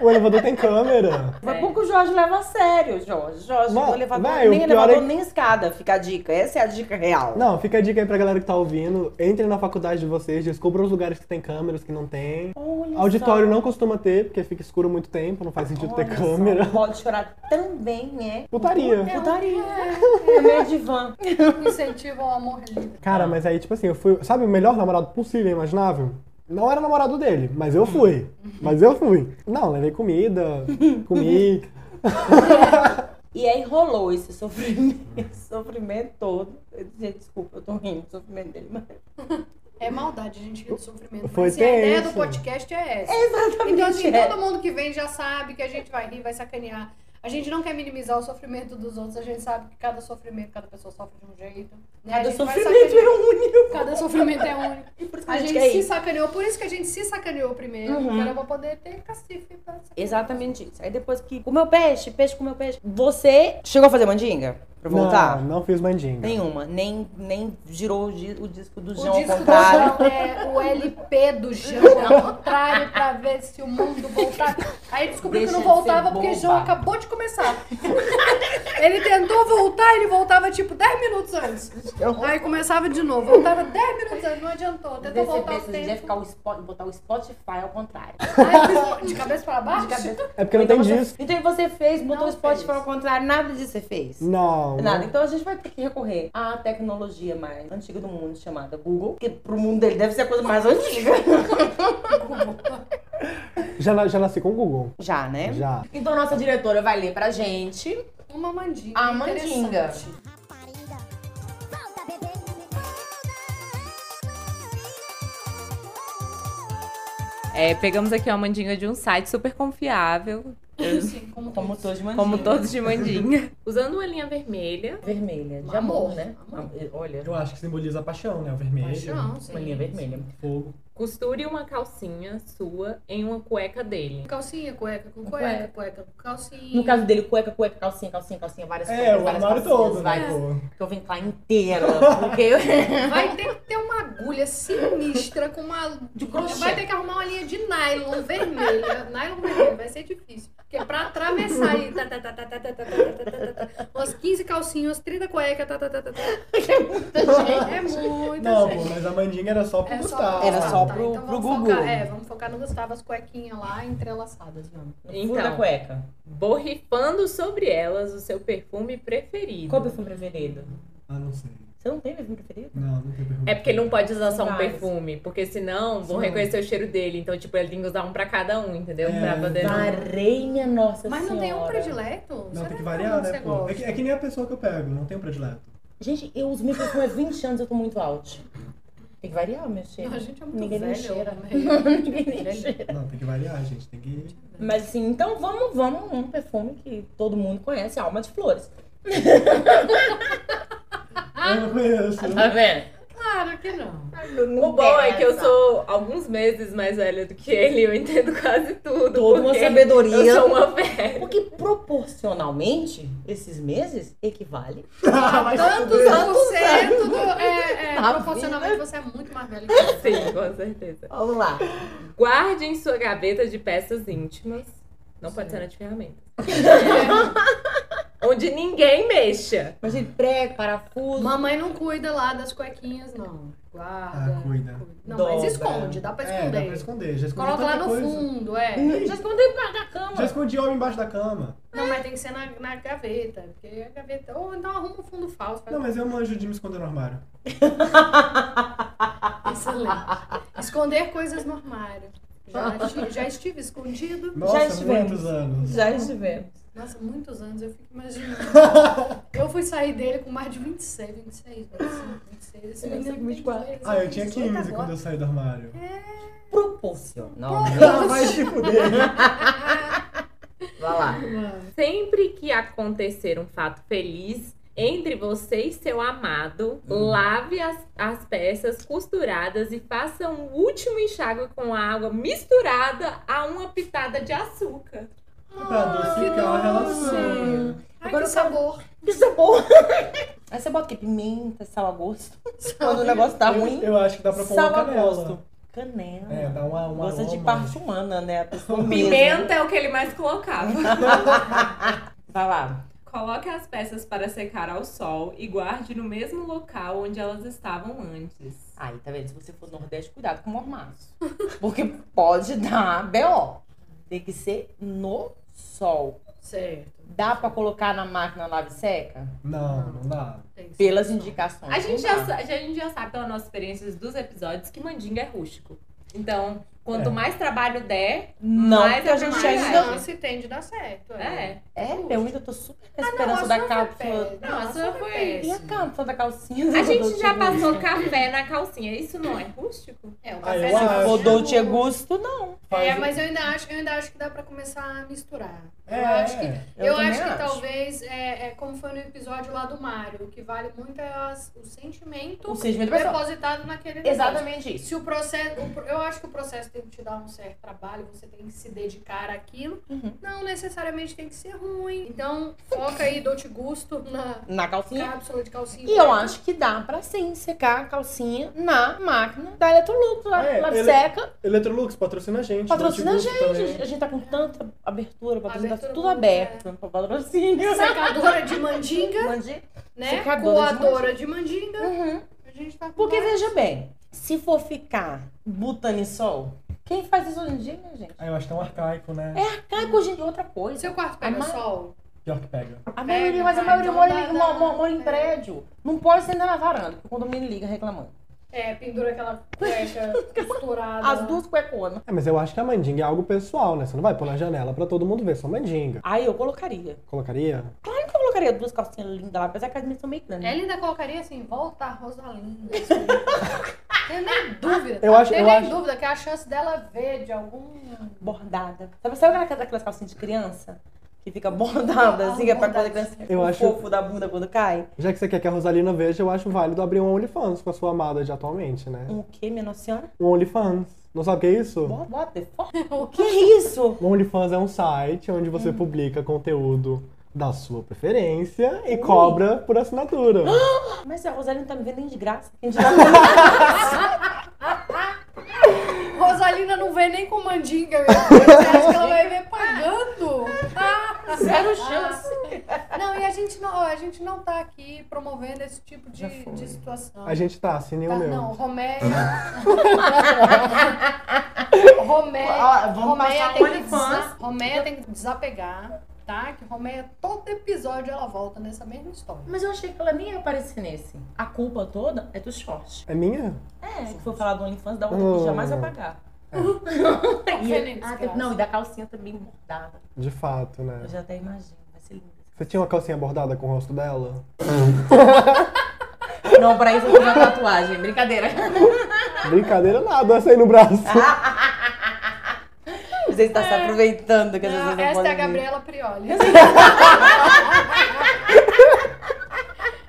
C: O elevador tem câmera.
B: Foi pouco o Jorge leva a sério, Jorge. Jorge,
C: Vai-
B: no elevador,
C: vai, o
B: nem
C: pior
B: elevador,
C: é que-
B: nem escada. Fica a dica. Essa é a dica real.
C: Não, fica a dica aí pra galera que tá ouvindo. Entrem na faculdade de vocês, descubram os lugares que tem câmeras, que não tem.
B: Olha
C: Auditório
B: só.
C: não costuma ter, porque fica escuro muito tempo, não faz sentido ter
B: Olha só,
C: câmera. *laughs*
B: Pode chorar também, é.
C: Putaria.
B: Putaria. É meio divã.
A: Incentiva ao amor livre.
B: É.
C: Cara, mas aí, tipo assim, eu fui. Sabe o melhor namorado possível, imaginável? Não era namorado dele, mas eu fui.
B: Uhum.
C: Mas eu fui. Não, levei comida,
B: *laughs*
C: comi.
B: E aí rolou esse sofrimento, *laughs* esse sofrimento todo. Gente, desculpa, eu tô rindo do sofrimento dele, mas *laughs* tá
A: É maldade, a gente rir do sofrimento.
C: Foi
A: Mas assim, a ideia do
C: tenso.
A: podcast é essa.
B: Exatamente.
A: Então, assim,
B: é.
A: todo mundo que vem já sabe que a gente vai rir, vai sacanear. A gente não quer minimizar o sofrimento dos outros, a gente sabe que cada sofrimento, cada pessoa sofre de um jeito. Né? a
B: Cada
A: gente vai
B: sofrimento é
A: sacanear.
B: único.
A: Cada sofrimento é único.
B: Por isso que
A: A gente
B: quer
A: se
B: isso.
A: sacaneou, por isso que a gente se sacaneou primeiro,
B: Uhum.
A: porque era pra poder ter cacife pra sacanear.
B: Exatamente isso. Aí depois que comeu peixe, peixe comeu peixe. Você chegou a fazer mandinga? Pra voltar? um.
C: Não, não fiz mandinga.
B: Nenhuma. Nem, nem girou o, di- o disco do
A: O
B: João ao
A: disco do
B: contrário.
A: Jão, é o LP do Jão, ao contrário, pra ver se o mundo voltava. Aí descobriu
B: Deixa
A: que
B: de
A: não voltava
B: ser
A: porque
B: boba.
A: Jão acabou de começar. *laughs* ele tentou voltar, ele voltava tipo 10 minutos antes. Aí começava de novo, voltava 10 minutos antes, não adiantou. Tentou voltar o
B: devia
A: tempo.
B: ficar o Spot- botar o Spotify ao contrário.
A: Aí, de cabeça pra baixo?
B: De cabeça.
C: É porque não
B: então
C: tem
B: você,
C: disco.
B: Então você fez, botou
A: Não
B: o Spotify
A: fez.
B: ao contrário, nada disso você fez.
C: Não.
B: Nada. Então a gente vai ter que recorrer à tecnologia mais antiga do mundo, chamada Google. Que pro mundo dele deve ser a coisa mais antiga.
C: Já, na- já nasci com o Google.
B: Já, né?
C: Já.
B: Então nossa diretora vai ler pra gente.
A: Uma mandinga.
B: A Ah, mandinga.
A: interessante.
D: Rapariga, volta bebê. Volta,
E: É, pegamos aqui uma mandinga de um site super confiável
A: Sim, como,
B: Como todos de mandinga.
H: Como todos de mandinha. *laughs* Usando uma linha vermelha.
B: Vermelha. De
A: Amor,
B: amor, né?
A: amor.
B: Olha,
I: Eu acho que simboliza paixão, né? O vermelho.
A: Paixão, sim.
B: uma linha vermelha.
I: Fogo.
H: Costure uma calcinha sua em uma cueca dele.
A: Calcinha, cueca com cueca,
B: Cueca.
A: cueca com calcinha.
B: No caso dele, cueca, cueca, calcinha, calcinha, calcinha, várias
I: É,
B: cuecas,
I: o
B: várias
I: armário
B: calcinhas,
I: todo, né?
B: várias-
I: pô?
B: Que eu vim lá inteira,
I: *laughs*
B: porque eu...
A: Vai ter que ter uma agulha sinistra com uma.
B: De crochê.
A: Vai ter que arrumar uma linha de nylon vermelha. Nylon vermelho, vai ser difícil. Porque é pra atravessar ali. Tá, tá, tá, tá, tá, tá, tá, tá, tá, tá, tá, tá, umas 15 calcinhas, umas 30 cuecas. Tá, tá, tá, tá, tá. É muito
I: Não,
A: gente.
I: pô, mas a mandinha era só pro
A: É só
I: Gustavo. Ah,
B: Era só
A: tá,
B: pro-
A: então
B: pro
A: vamos
B: Gugu.
A: Focar, é, vamos focar no Gustavo, as cuequinhas lá entrelaçadas, vamos.
B: No fundo
H: Então.
B: da cueca.
H: Borrifando sobre elas o seu perfume preferido.
B: Qual é o perfume preferido?
I: Ah, não sei.
B: Você não tem perfume preferido?
I: Não, não tem pergunta.
H: É porque ele não pode usar só um
B: Vários.
H: perfume, porque senão vão
B: Sim.
H: reconhecer o cheiro dele. Então, tipo, ele tem que usar um pra cada um, entendeu?
I: É,
H: pra poder.
B: Varei, nossa
A: Mas não
B: senhora.
A: tem um predileto?
I: Não, tem
A: Será
I: que
A: que um
I: variar,
A: você
I: né, pô?
A: gosta?
I: É que, é que nem a pessoa que eu pego, não tem um predileto.
B: Gente, eu uso meu perfume há 20 anos, eu tô muito out. Tem que variar o meu cheiro.
A: Não, a gente é muito
B: Ninguém nem
A: velho,
B: cheira.
A: *laughs* né?
B: Ninguém nem
A: Velho.
B: cheira.
I: Não, tem que variar, gente. Tem que.
B: Mas assim, então vamos, vamos num perfume que todo mundo conhece, Alma de Flores.
A: Ah!
I: Eu não conheço.
B: Tá vendo?
A: Claro que
I: *laughs*
A: não.
H: O bom é que eu sou alguns meses mais velha do que ele, eu entendo quase tudo.
B: Toda uma
H: porque
B: sabedoria.
H: Eu sou uma velha.
B: Porque proporcionalmente, esses meses equivale.
I: Vai se
A: Tantos
I: fuder.
A: por cento do. É, é,
B: Tá
A: proporcionalmente você é muito mais velho que eu.
H: Sim, com certeza.
B: Vamos lá.
H: Guarde em sua gaveta de peças íntimas. Não pode ser na de ferramenta.
I: *laughs*
H: Onde ninguém mexa.
B: Mas ele prego, parafuso.
A: Mamãe não cuida lá das cuequinhas, não. Guarda.
I: Ah, cuida.
A: Não, mas
B: Dobra.
A: esconde, dá pra
I: É, dá pra
A: esconder.
I: esconder. Já escondi
A: Coloca lá
I: tanta
A: no
I: coisa.
A: fundo, é.
B: Já escondeu debaixo da cama.
I: Já escondi homem embaixo da cama.
A: Não, mas tem que ser na, na gaveta. Porque a gaveta. Ou então arruma um fundo falso. Faz
I: Não, mas eu manjo de me esconder no armário.
A: Excelente. Esconder coisas no armário. Já,
I: *laughs*
A: esti- já estive escondido.
B: Já
I: Nossa,
B: estivemos.
I: muitos anos.
B: Já estivemos.
A: Nossa, muitos anos eu fico imaginando. Eu fui sair dele com mais de 26, 26, 25, 26. Esse
B: Eu
A: menino
B: sei
A: tem
B: com 24.
A: 18,
I: Ah, eu tinha
A: 18
I: 15 quando
A: agora.
I: eu saí do armário.
A: É.
B: Proporcionalmente.
I: Ah, vai se
A: *laughs*
I: fuder.
B: Vai lá.
H: Sempre que acontecer um fato feliz entre você e seu amado, lave as, as peças costuradas e faça um último enxágue com água misturada a uma pitada de açúcar.
I: Tá, Pra adocicar a relação.
A: Ai,
B: Agora
A: que
B: eu quero-
A: sabor.
B: Que sabor! é *laughs* Aí você bota o quê? Pimenta, sal a gosto. Quando o negócio tá ruim,
I: Eu acho que dá pra pôr
B: sal
I: uma
B: a
I: canela.
B: gosto. Canela.
I: É, dá uma, uma
B: Gosta de
I: aroma.
B: parte humana, né? A pessoa mesmo.
H: Pimenta é o que ele mais colocava. *laughs*
B: Vai lá.
H: Coloque as peças para secar ao sol e guarde no mesmo local onde elas estavam antes.
B: Aí, tá vendo? Se você for do Nordeste, cuidado com o mormaço. Porque pode dar B.O. Tem que ser no sol.
A: Certo.
B: Dá pra colocar na máquina lave seca?
I: Não, não dá.
A: tem que ser
B: Pelas
A: isso.
B: indicações.
H: A gente,
B: não
H: já,
B: dá.
H: sa- a gente já sabe pela nossa experiência dos episódios que mandinga é rústico. Então, quanto
I: É.
H: mais trabalho der,
B: Não,
H: Mas
B: porque a
H: é
A: Mas
B: gente
H: pra
B: ainda...
H: mais.
A: não se tende a dar certo.
H: é.
B: É, pergunta, eu tô super na
H: Ah,
A: Não, a
B: esperança
A: sua
B: da
A: foi
B: cápsula.
A: péssima.
H: Não, a sua foi-
B: E a
A: péssima.
B: cápsula da calcinha?
H: A
B: do *laughs*
H: gente
B: Dolce
H: já
B: Gusto?
H: passou café na calcinha, isso não é rústico?
A: É, o
I: Ah, eu
A: café
I: acho.
A: já
B: Se for
A: é
B: Dolce
A: bom.
B: Gusto, não.
I: Faz-
A: É, mas eu ainda acho, eu ainda acho que dá pra começar a misturar.
I: É,
A: eu acho que,
I: é.
A: eu
B: Eu também
A: acho que
B: acho.
A: talvez, é, é como foi no episódio lá do Mário, o que vale muito é as- o sentimento
B: O sentimento da pessoa.
A: depositado naquele negócio.
B: Exatamente isso.
A: Se o processo, o pro- eu acho que o processo tem que te dar um certo trabalho, você tem que se dedicar àquilo.
B: Uhum.
A: Não necessariamente tem que ser ruim. Então, foca aí, dou-te gusto na
B: Na calcinha.
A: cápsula de calcinha.
B: E eu acho que dá pra sim secar a calcinha na máquina da Electrolux. Lá,
I: É,
B: lá
I: ele-
B: seca,
I: Electrolux, patrocina a gente.
B: patrocina a
I: Dolce
B: gente.
I: Gusto
B: A
I: também.
B: gente tá com tanta abertura,
A: Abertura
B: patrocínio, tá tudo
A: boa,
B: aberto pra patrocínio.
A: né?
B: *laughs*
A: Secadora é de mandinga,
B: Mande.
A: né?
B: Secadora de
A: Coadora de mandinga.
B: Uhum.
A: A gente tá com
B: Porque
A: várias-
B: veja bem, se for ficar butanisol, quem faz isso hoje em dia, né, gente?
I: Ah, eu acho tão arcaico, né?
B: Cai com gente é outra coisa.
A: Seu quarto pega
B: A ma-
A: sol?
I: Pior que pega.
B: A maioria,
A: Pega,
B: mas a
A: vai,
B: maioria
A: então
B: mora,
A: dá-
B: em-
A: dá-
B: mo- mo- mora em
A: é.
B: prédio. Não pode sentar na varanda, porque o condomínio liga reclamando.
A: É, pendura aquela cueca
B: *laughs*
A: costurada.
B: As duas cueconas.
C: É, mas eu acho que a mandinga é algo pessoal, né? Você não vai pôr na janela pra todo mundo ver, só mandinga.
B: Aí eu colocaria.
C: Colocaria?
B: Eu colocaria duas
A: É
B: calcinhas lindas lá, apesar que as minhas são meio grandes.
C: *laughs*
A: Ela ainda colocaria assim, volta a Rosalinda. Tenho nem dúvida. tá?
C: Eu acho-
A: Tenho
C: eu
A: nem
C: acho-
A: dúvida que a chance dela ver de algum.
B: Bordada. Sabe, sabe aquela- aquelas calcinhas de criança? Que fica bordada, assim, que é pra quando a criança
C: Eu
B: o
C: acho-
B: fofo da bunda quando cai?
C: Já que você quer que a Rosalina veja, eu acho válido abrir um OnlyFans com a sua amada de atualmente, né?
B: Um quê, minha nossa senhora?
C: Um OnlyFans. Não sabe o que é isso?
B: What what the fuck? *laughs* O que é isso?
C: O OnlyFans é um site onde você publica conteúdo da sua preferência e cobra por assinatura.
B: Mas a Rosalina tá me vendo em desgraça. Em desgraça.
A: Rosalina não vê nem com mandinga, minha filha. Você acha que ela vai ver pagando?
B: *laughs* Zero chance.
A: Não, e a gente não, a gente não tá aqui promovendo esse tipo de, de situação.
C: A gente tá, assinem
A: Tá,
C: o meu.
A: não,
C: *laughs*
A: Roméia. Roméia.
B: Ó, vamos
A: Roméia tem,
B: passar um
A: que
B: OnlyFans.
A: desa- Roméia tem que desapegar, tá? Que Roméia, todo episódio ela volta nessa mesma história.
B: Mas eu achei que ela nem ia aparecer nesse. A culpa toda é do short.
C: É minha?
B: É, que foi falar do OnlyFans da outra
C: Hum.
B: que jamais vai pagar. E-
A: Feliz,
B: ah,
A: graças.
B: não, e da calcinha também bordada.
C: De fato, né?
B: Eu já até imagino, vai ser *laughs* lindo.
C: Você tinha uma calcinha bordada com o rosto dela?
B: Não, pra isso eu fiz uma tatuagem, brincadeira.
C: Brincadeira nada, essa aí no braço.
B: Você está tá se aproveitando que as
A: Não,
B: pessoas não
A: essa é a
B: podem ver.
A: Gabriela
B: *laughs*
A: Prioli.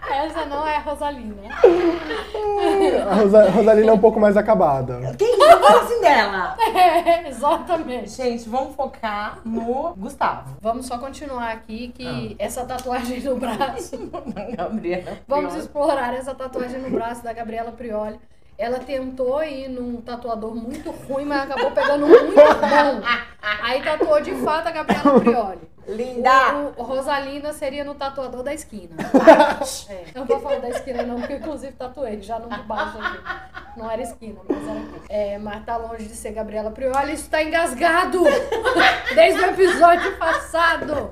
A: Essa não é a Rosalina.
C: A Rosa- Rosalina é um pouco mais acabada.
B: Quem que não fala assim dela?
A: É, *laughs* exatamente.
B: Gente, vamos focar no Gustavo. *laughs*
A: Vamos só continuar aqui que essa tatuagem no braço.
B: Gabriela.
A: Vamos explorar essa tatuagem no braço da Gabriela Prioli. Ela tentou ir num tatuador muito ruim, mas acabou pegando um muito bom. Aí tatuou de fato a Gabriela Prioli.
B: Linda!
A: O Rosalina seria no tatuador da
B: *laughs*
A: esquina. É, não vou falar da esquina não, porque eu, inclusive tatuei já no de baixo aqui. Não era esquina, mas era aqui. É, mas tá longe de ser Gabriela Prioli, isso tá engasgado *laughs* desde o episódio passado.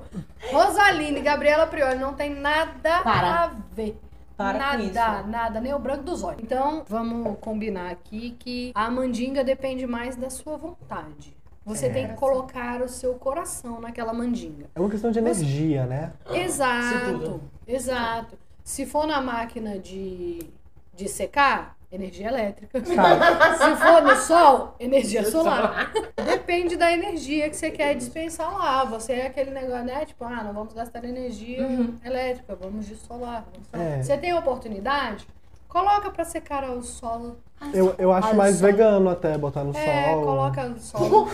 A: Rosalina e Gabriela Prioli não tem nada
B: Para.
A: a ver.
B: Para com
A: nada,
B: isso.
A: nada, nem o branco dos olhos. Então, vamos combinar aqui que a mandinga depende mais da sua vontade.
B: É.
A: Você tem que colocar o seu coração naquela mandinga.
C: É uma questão de energia, né?
A: Exato, exato. Se for na máquina de, de secar, energia elétrica.
C: Sabe?
A: Se for no sol, energia solar. Depende da energia que você quer dispensar lá. Você é aquele negócio, né? Tipo, ah, não vamos gastar energia elétrica, vamos de solar. vamos solar.
C: É.
A: Você tem oportunidade? Coloca pra secar ao sol.
C: Eu, eu acho mais
B: sol.
C: vegano até botar no
A: assim. É,
C: sol.
A: coloca no sol.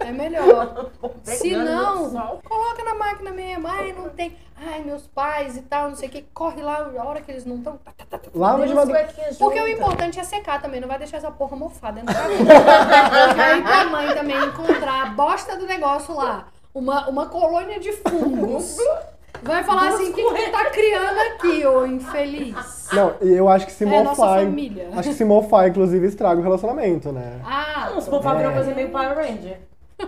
A: é melhor. Se não, coloca na máquina mesmo. Ai, não tem. Ai, meus pais e tal, não sei o que. Corre lá, a hora que eles não tá, estão.
C: Lava de madrugada.
A: Porque o importante é secar também, não vai deixar essa porra mofada né? dentro da água. E aí tua mãe também encontrar a bosta do negócio lá. Uma, uma colônia de fungos. Vai falar assim, o que, que tu tá criando aqui, ô infeliz?
C: Não, e eu acho que se
A: É a nossa
C: mofar.
A: família.
C: Acho que se mofar, inclusive, estraga o relacionamento, né?
A: Ah,
B: Não, se for fazer
C: É.
B: uma coisa meio Power Ranger. *laughs*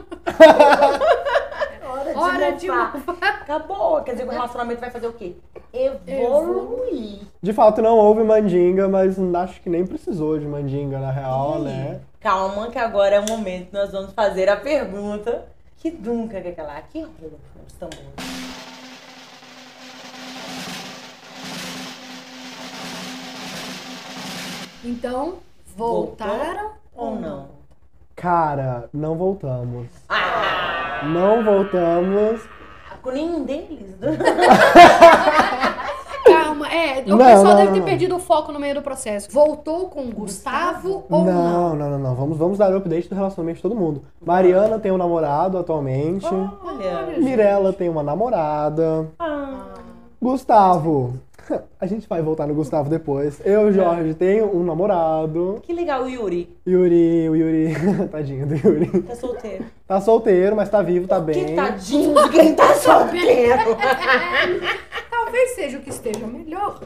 B: Hora de
A: Hora de
B: mofar. Acabou. Quer dizer, o relacionamento vai fazer o quê? Evoluir.
C: De fato, não houve mandinga, mas acho que nem precisou de mandinga, na real, né?
B: Calma, que agora é o momento. Nós vamos fazer a pergunta. Que dunca que é aquela? Que roupa os tambores?
A: então, voltaram
B: Ou não?
C: Cara, não voltamos.
B: Ah!
C: Não voltamos.
B: Com nenhum deles.
A: Calma, é, o
C: Não,
A: pessoal
C: não,
A: deve
C: não,
A: ter
C: não.
A: perdido o foco no meio do processo. Voltou com Gustavo ou não? *laughs*
C: não, não, não, não. Vamos, vamos dar o update do relacionamento de todo mundo. Mariana tem um namorado atualmente.
B: Olha.
C: Mirella tem uma namorada.
B: *laughs* Ah.
C: Gustavo. A gente vai voltar no Gustavo depois.
B: É.
C: Eu, Jorge, tenho um namorado.
B: Que legal, o Yuri.
C: Yuri, o Yuri. *laughs* Tadinho do Yuri.
B: Tá solteiro.
C: Tá solteiro, mas tá vivo, tá bem.
B: Que tadinho de quem *laughs* tá solteiro.
A: Talvez seja o que esteja melhor.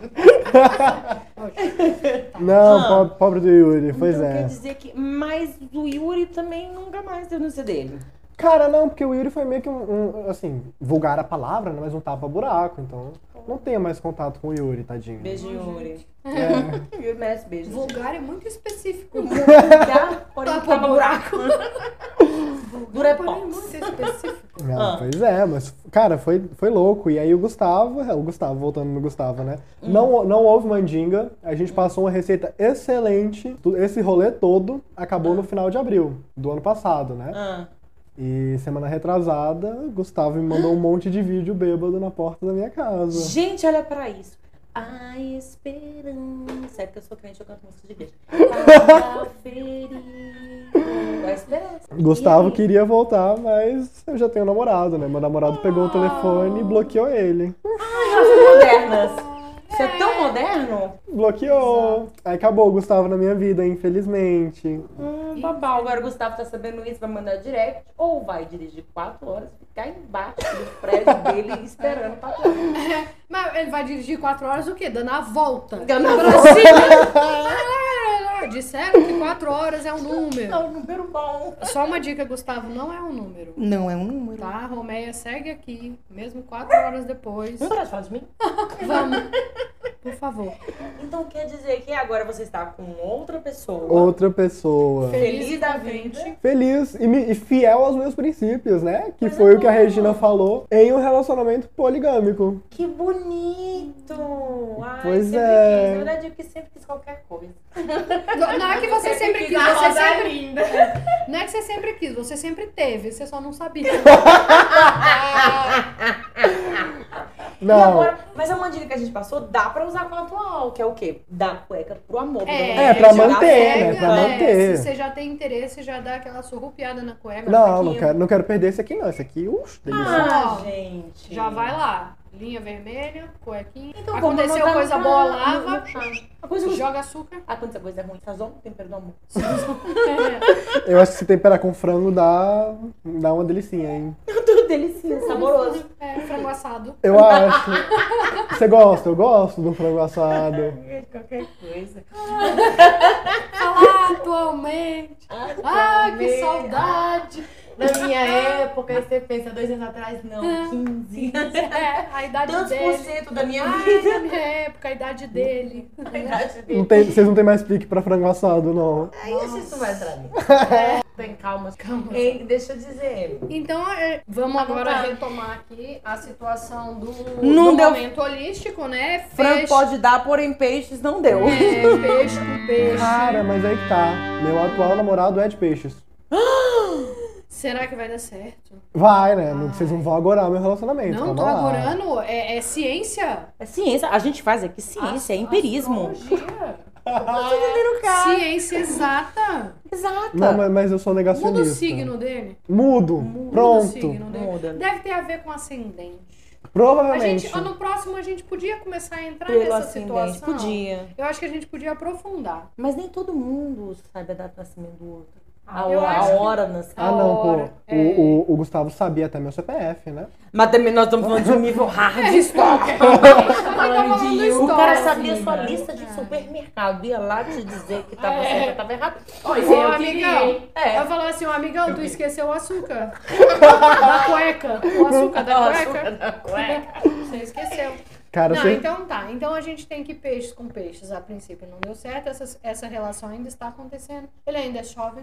C: Não,
B: Ah.
C: po- pobre do Yuri, pois
B: então,
C: é.
B: Quer dizer que. Mas o Yuri também nunca mais deu notícia dele.
C: Cara, não, porque o Yuri foi meio que um, um, assim, vulgar a palavra, né? Mas um tapa-buraco, então não tenho mais contato com o Yuri, tadinho.
B: Beijo, Yuri.
C: É.
B: O Yuri merece beijo. *laughs*
A: Vulgar é muito específico.
B: Vulgar, porém,
A: Tapa buraco.
B: *laughs* Durepox.
A: Muito específico.
C: É,
B: Ah.
C: Pois é, mas, cara, foi, foi louco. E aí o Gustavo, o Gustavo, voltando no Gustavo, né?
B: Hum.
C: Não, não houve mandinga, a gente passou uma receita excelente. Tu- Esse rolê todo acabou no final de abril do ano passado, né?
B: Ah.
C: E semana retrasada, o Gustavo me
B: *gasps*
C: mandou um monte de vídeo bêbado na porta da minha casa.
B: Gente, olha pra isso. A esperança. É porque eu sou crente, eu canto música de *laughs* igreja. A ferida. A esperança.
C: Gustavo
B: E aí?
C: queria voltar, mas eu já tenho um namorado, né? Meu namorado pegou o telefone
B: Ah.
C: e bloqueou ele.
B: Modernas. Isso é tão moderno?
C: Bloqueou! Aí acabou o Gustavo na minha vida, infelizmente.
B: Hum, babau. Agora o Gustavo tá sabendo isso, vai mandar direct. Ou vai dirigir quatro horas, ficar embaixo do *laughs* prédio dele esperando pra tudo.
A: Mas ele vai dirigir quatro horas o quê? Dando a volta.
B: Dando a
A: volta. Disseram que quatro horas é um número.
B: Não, número bom.
A: Só uma dica, Gustavo, não é um número.
B: Não é um número.
A: Tá, Romeia, segue aqui, mesmo quatro horas depois.
B: Vamos parar de falar de mim?
A: Vamos. Por favor.
B: Então quer dizer que agora você está com outra pessoa.
C: Outra pessoa.
B: Feliz da
A: contente.
B: vida.
C: Feliz e, me- e fiel aos meus princípios, né? Que foi o que a Regina falou em um relacionamento poligâmico.
B: Que bonito! Ai,
C: Pois
B: sempre
C: é.
B: quis. Na verdade, eu que sempre quis qualquer coisa.
A: Não é que você sempre quis,
E: a
A: você
E: roda
A: sempre.
E: linda.
A: Não é que você sempre quis, você sempre teve, você só não sabia.
B: E
C: Não.
B: agora, mas a mandilha que a gente passou dá pra usar com o atual, que é o quê? Da cueca pro amor.
A: É,
C: É, pra
B: jogar
C: manter,
B: fora.
C: né? Pra
A: né?
C: manter.
A: Se você já tem interesse, já dá aquela surrupiada na cueca.
C: Não, não
A: naquilo.
C: quero, não quero perder esse aqui, não. Esse aqui, uff, delícia.
B: Ah,
A: Ó,
B: gente.
A: Já vai lá. Linha vermelha, cuequinha.
B: Então, vamos
A: Aconteceu
B: anotar
A: coisa
B: no-
A: boa,
B: no-
A: lava.
B: A coisa ruim.
A: Joga
B: *laughs*
A: açúcar.
B: Ah, quando essa coisa é ruim, sazon, tempero do amor. *laughs* É,
C: Eu acho que se temperar com frango dá, dá uma delicinha, hein?
B: Tudo delicioso, saboroso.
A: É, frango assado.
C: Eu
A: *laughs*
C: acho. Você gosta? Eu gosto de um frango assado.
B: Qualquer coisa.
A: Falar "Ah, atualmente. Ah, que
E: Amei.
A: saudade.
E: Na minha época, aí você pensa, dois anos atrás, não, 15.
A: É, a idade
B: *laughs* Tantos por
A: dele.
B: cento da minha
A: Ah,
B: vida.
A: na minha época, a idade
B: *laughs*
A: dele.
B: Na idade dele.
C: Não tem- vocês não tem mais pique pra frango assado, não.
B: Aí a gente não vai entrar nisso. Tem calma.
A: *laughs* Calma.
B: Ei, Tá deixa eu dizer.
A: Então, é, vamos agora
B: Anotar.
A: retomar aqui a situação do,
B: Não
A: do
B: deu-
A: momento holístico, né?
B: Frango
A: Peixe-
B: pode dar, porém peixes não deu.
A: É, peixe com peixe.
C: Cara, mas aí que tá. Meu atual namorado é de peixes.
A: Será que vai dar certo?
C: Vai, né? Não- Vocês não vão agorar meu relacionamento.
A: Não
C: calma
A: tô
C: Então, lá.
A: agorando, é, é ciência.
B: É ciência. A gente faz aqui ciência, é empirismo.
A: Astrologia.
B: cara.
C: *laughs*
A: Ciência exata.
B: Exato.
C: Não, mas, mas eu sou negacionista.
A: Muda o signo dele.
C: Mudo.
A: Muda o
C: É né? Pronto.
A: signo dele.
B: Muda.
A: Deve ter a ver com ascendente. A
C: Provavelmente.
A: gente, no próximo a gente podia começar a entrar
B: Pelo
A: nessa
B: ascendente,
A: situação.
B: podia.
A: Eu acho que a gente podia
B: *laughs*
A: aprofundar.
B: Mas nem todo mundo sabe a data de nascimento do outro. A,
A: eu
B: a
A: acho que-
B: hora de nascimento.
C: Ah, não,
A: Ora, é.
C: pô. O, o- o Gustavo sabia até meu CPF, né?
B: Mas também nós estamos falando de um
E: *laughs*
B: nível hard stalker.
A: Então, tá
B: *laughs*
A: falando assim. do
B: O
A: stalker,
B: cara sabia
E: sim,
B: sua
E: né?
B: lista de supermercado. Ia lá te dizer que tava
A: É.
B: certo, que tava errado.
E: Pois
A: Ô,
E: é, eu queria.
A: amigão.
E: hein?
A: Eu
B: É.
A: falo assim, ô, amigão, tu esqueceu o
B: *laughs*
A: açúcar. da cueca. O açúcar da cueca. Você esqueceu.
C: Cara,
A: Não,
C: você-
A: então tá. Então a gente tem que peixes com peixes. A princípio não deu certo. Essa, essa relação ainda está acontecendo. Ele ainda é jovem.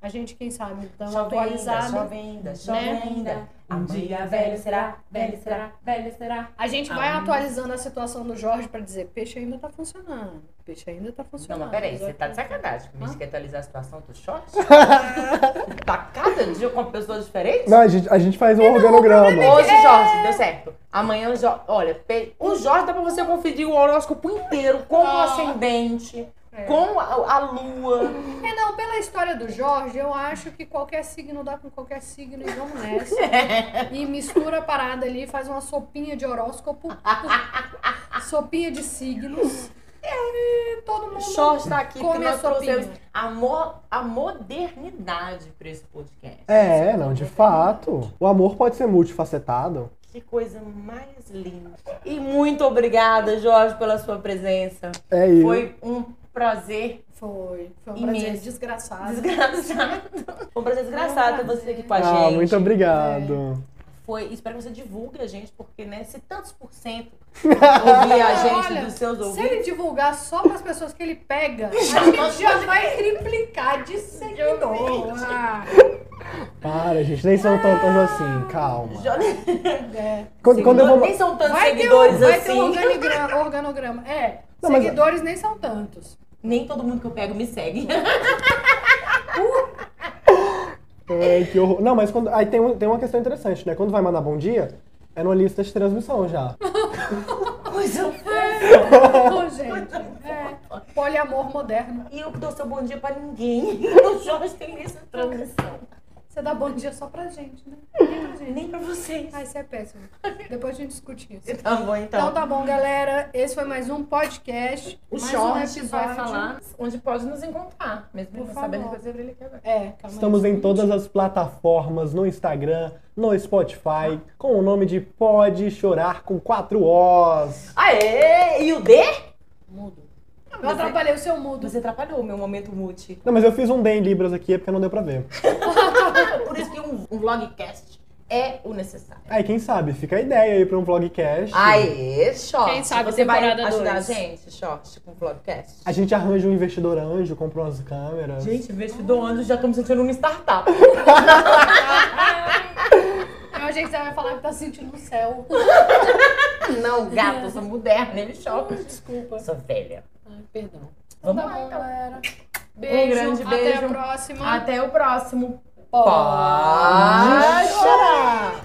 A: A gente, quem sabe, dá uma
B: Jovem ainda,
A: atualizada.
B: jovem ainda, jovem
A: Né?
B: ainda.
E: Um dia velho será, velho será, velho será.
A: A gente vai
E: Ah.
A: atualizando a situação do Jorge pra dizer, peixe ainda tá funcionando. Peixe ainda tá
B: Não,
A: funcionando.
B: mas peraí, você tá de sacanagem. comigo? Você quer atualizar a situação
E: *laughs*
B: do short? tá cada dia com uma pessoa diferente?
C: Não, a gente, a gente faz um organograma.
B: Hoje, Jorge, deu certo. Amanhã, o Jorge. Olha, pe- o Jorge dá pra você conferir o horóscopo inteiro com
E: Ah.
B: o ascendente, com a, a lua.
A: É, não, pela história do Jorge, eu acho que qualquer signo dá com qualquer signo e vamos nessa.
B: *laughs*
A: e mistura a parada ali, faz uma sopinha de
B: *laughs*
A: horóscopo, sopinha de signos. E todo
B: O
A: mundo.
B: Jorge tá aqui porque
A: Come a
B: nós
A: sopinha.
B: trouxemos a, mo- a modernidade pra esse podcast.
C: É, não, de fato. O amor pode ser multifacetado.
B: Que coisa mais linda. E muito obrigada, Jorge, pela sua presença.
C: É isso.
B: Foi um prazer
A: Foi, foi um
B: Imenso.
A: prazer desgraçado.
B: desgraçado. Foi um prazer desgraçado ter você aqui com a
C: ah,
B: gente.
C: muito obrigado.
B: foi. Espero que você divulgue a gente, porque, né, se tantos por cento
A: *laughs*
B: ouvir a gente
A: Olha,
B: dos seus
A: Se
B: ouvidos.
A: ele divulgar só para as pessoas que ele
B: *laughs*
A: pega, a gente já vai triplicar de seguidor. Ah,
C: Para, gente, nem são tantas assim, calma.
B: Jo-
A: é.
C: Quando, quando eu vou.
B: Nem são tantos
A: Vai ter um,
B: seguidores
A: vai ter um
B: assim.
A: organigrama, organograma. É,
C: Não, mas-
A: seguidores nem são
C: *laughs*
A: tantos.
B: Nem todo mundo que eu pego me segue. *laughs*
C: Ai, que horror. Não, mas quando. Aí tem, um- tem uma questão interessante, né? Quando vai mandar bom dia, é numa lista de transmissão já.
B: Coisa
A: Ô, gente, é poliamor moderno.
B: E eu que dou seu bom dia pra ninguém. *laughs* O Jorge tem essa transição.
A: Você dá bom dia só pra gente, né? Nem pra gente.
B: Nem pra vocês.
A: Ai, isso é péssimo. Depois a gente discute isso.
B: Tá bom, então.
A: Então tá bom, galera. Esse foi mais um podcast.
B: O
A: mais
B: Jorge
A: um
B: vai
A: episódio.
B: falar onde pode nos encontrar. Mesmo
A: Por
B: não sabendo
A: favor.
B: fazer ele quer agora.
A: É, calma aí.
C: Estamos em todas as plataformas, no Instagram, no Spotify, com o nome de Pode Chorar com 4 Os.
B: Aê! E o D?
A: Mudo. Eu
B: Você,
A: atrapalhei o seu mudo.
B: você atrapalhou o meu momento mute.
C: Não, mas eu fiz um D em Libras aqui, é porque não deu pra ver.
B: Por isso que um, um vlogcast é o necessário.
C: Aí, quem sabe, fica a ideia aí pra um vlogcast.
B: Aê, Short!
E: Quem sabe
B: Você vai
E: temporada
B: ajudar
E: dois.
B: a gente, Short, com o vlogcast?
C: A gente arranja um investidor anjo, compra umas câmeras.
B: Gente, investidor anjo, já estamos sentindo uma startup.
A: Eu achei que você vai falar que tá sentindo o céu.
B: Não, gato, eu sou moderna, ele choca.
A: Desculpa.
B: Sou velha.
A: Ai, perdão. Então
B: Vamos
A: tá
B: lá,
A: bom,
B: então.
A: galera. Beijo.
B: grande
A: Até
B: beijo.
A: a próxima.
B: Até o próximo.
A: Pode
B: Pode chorar!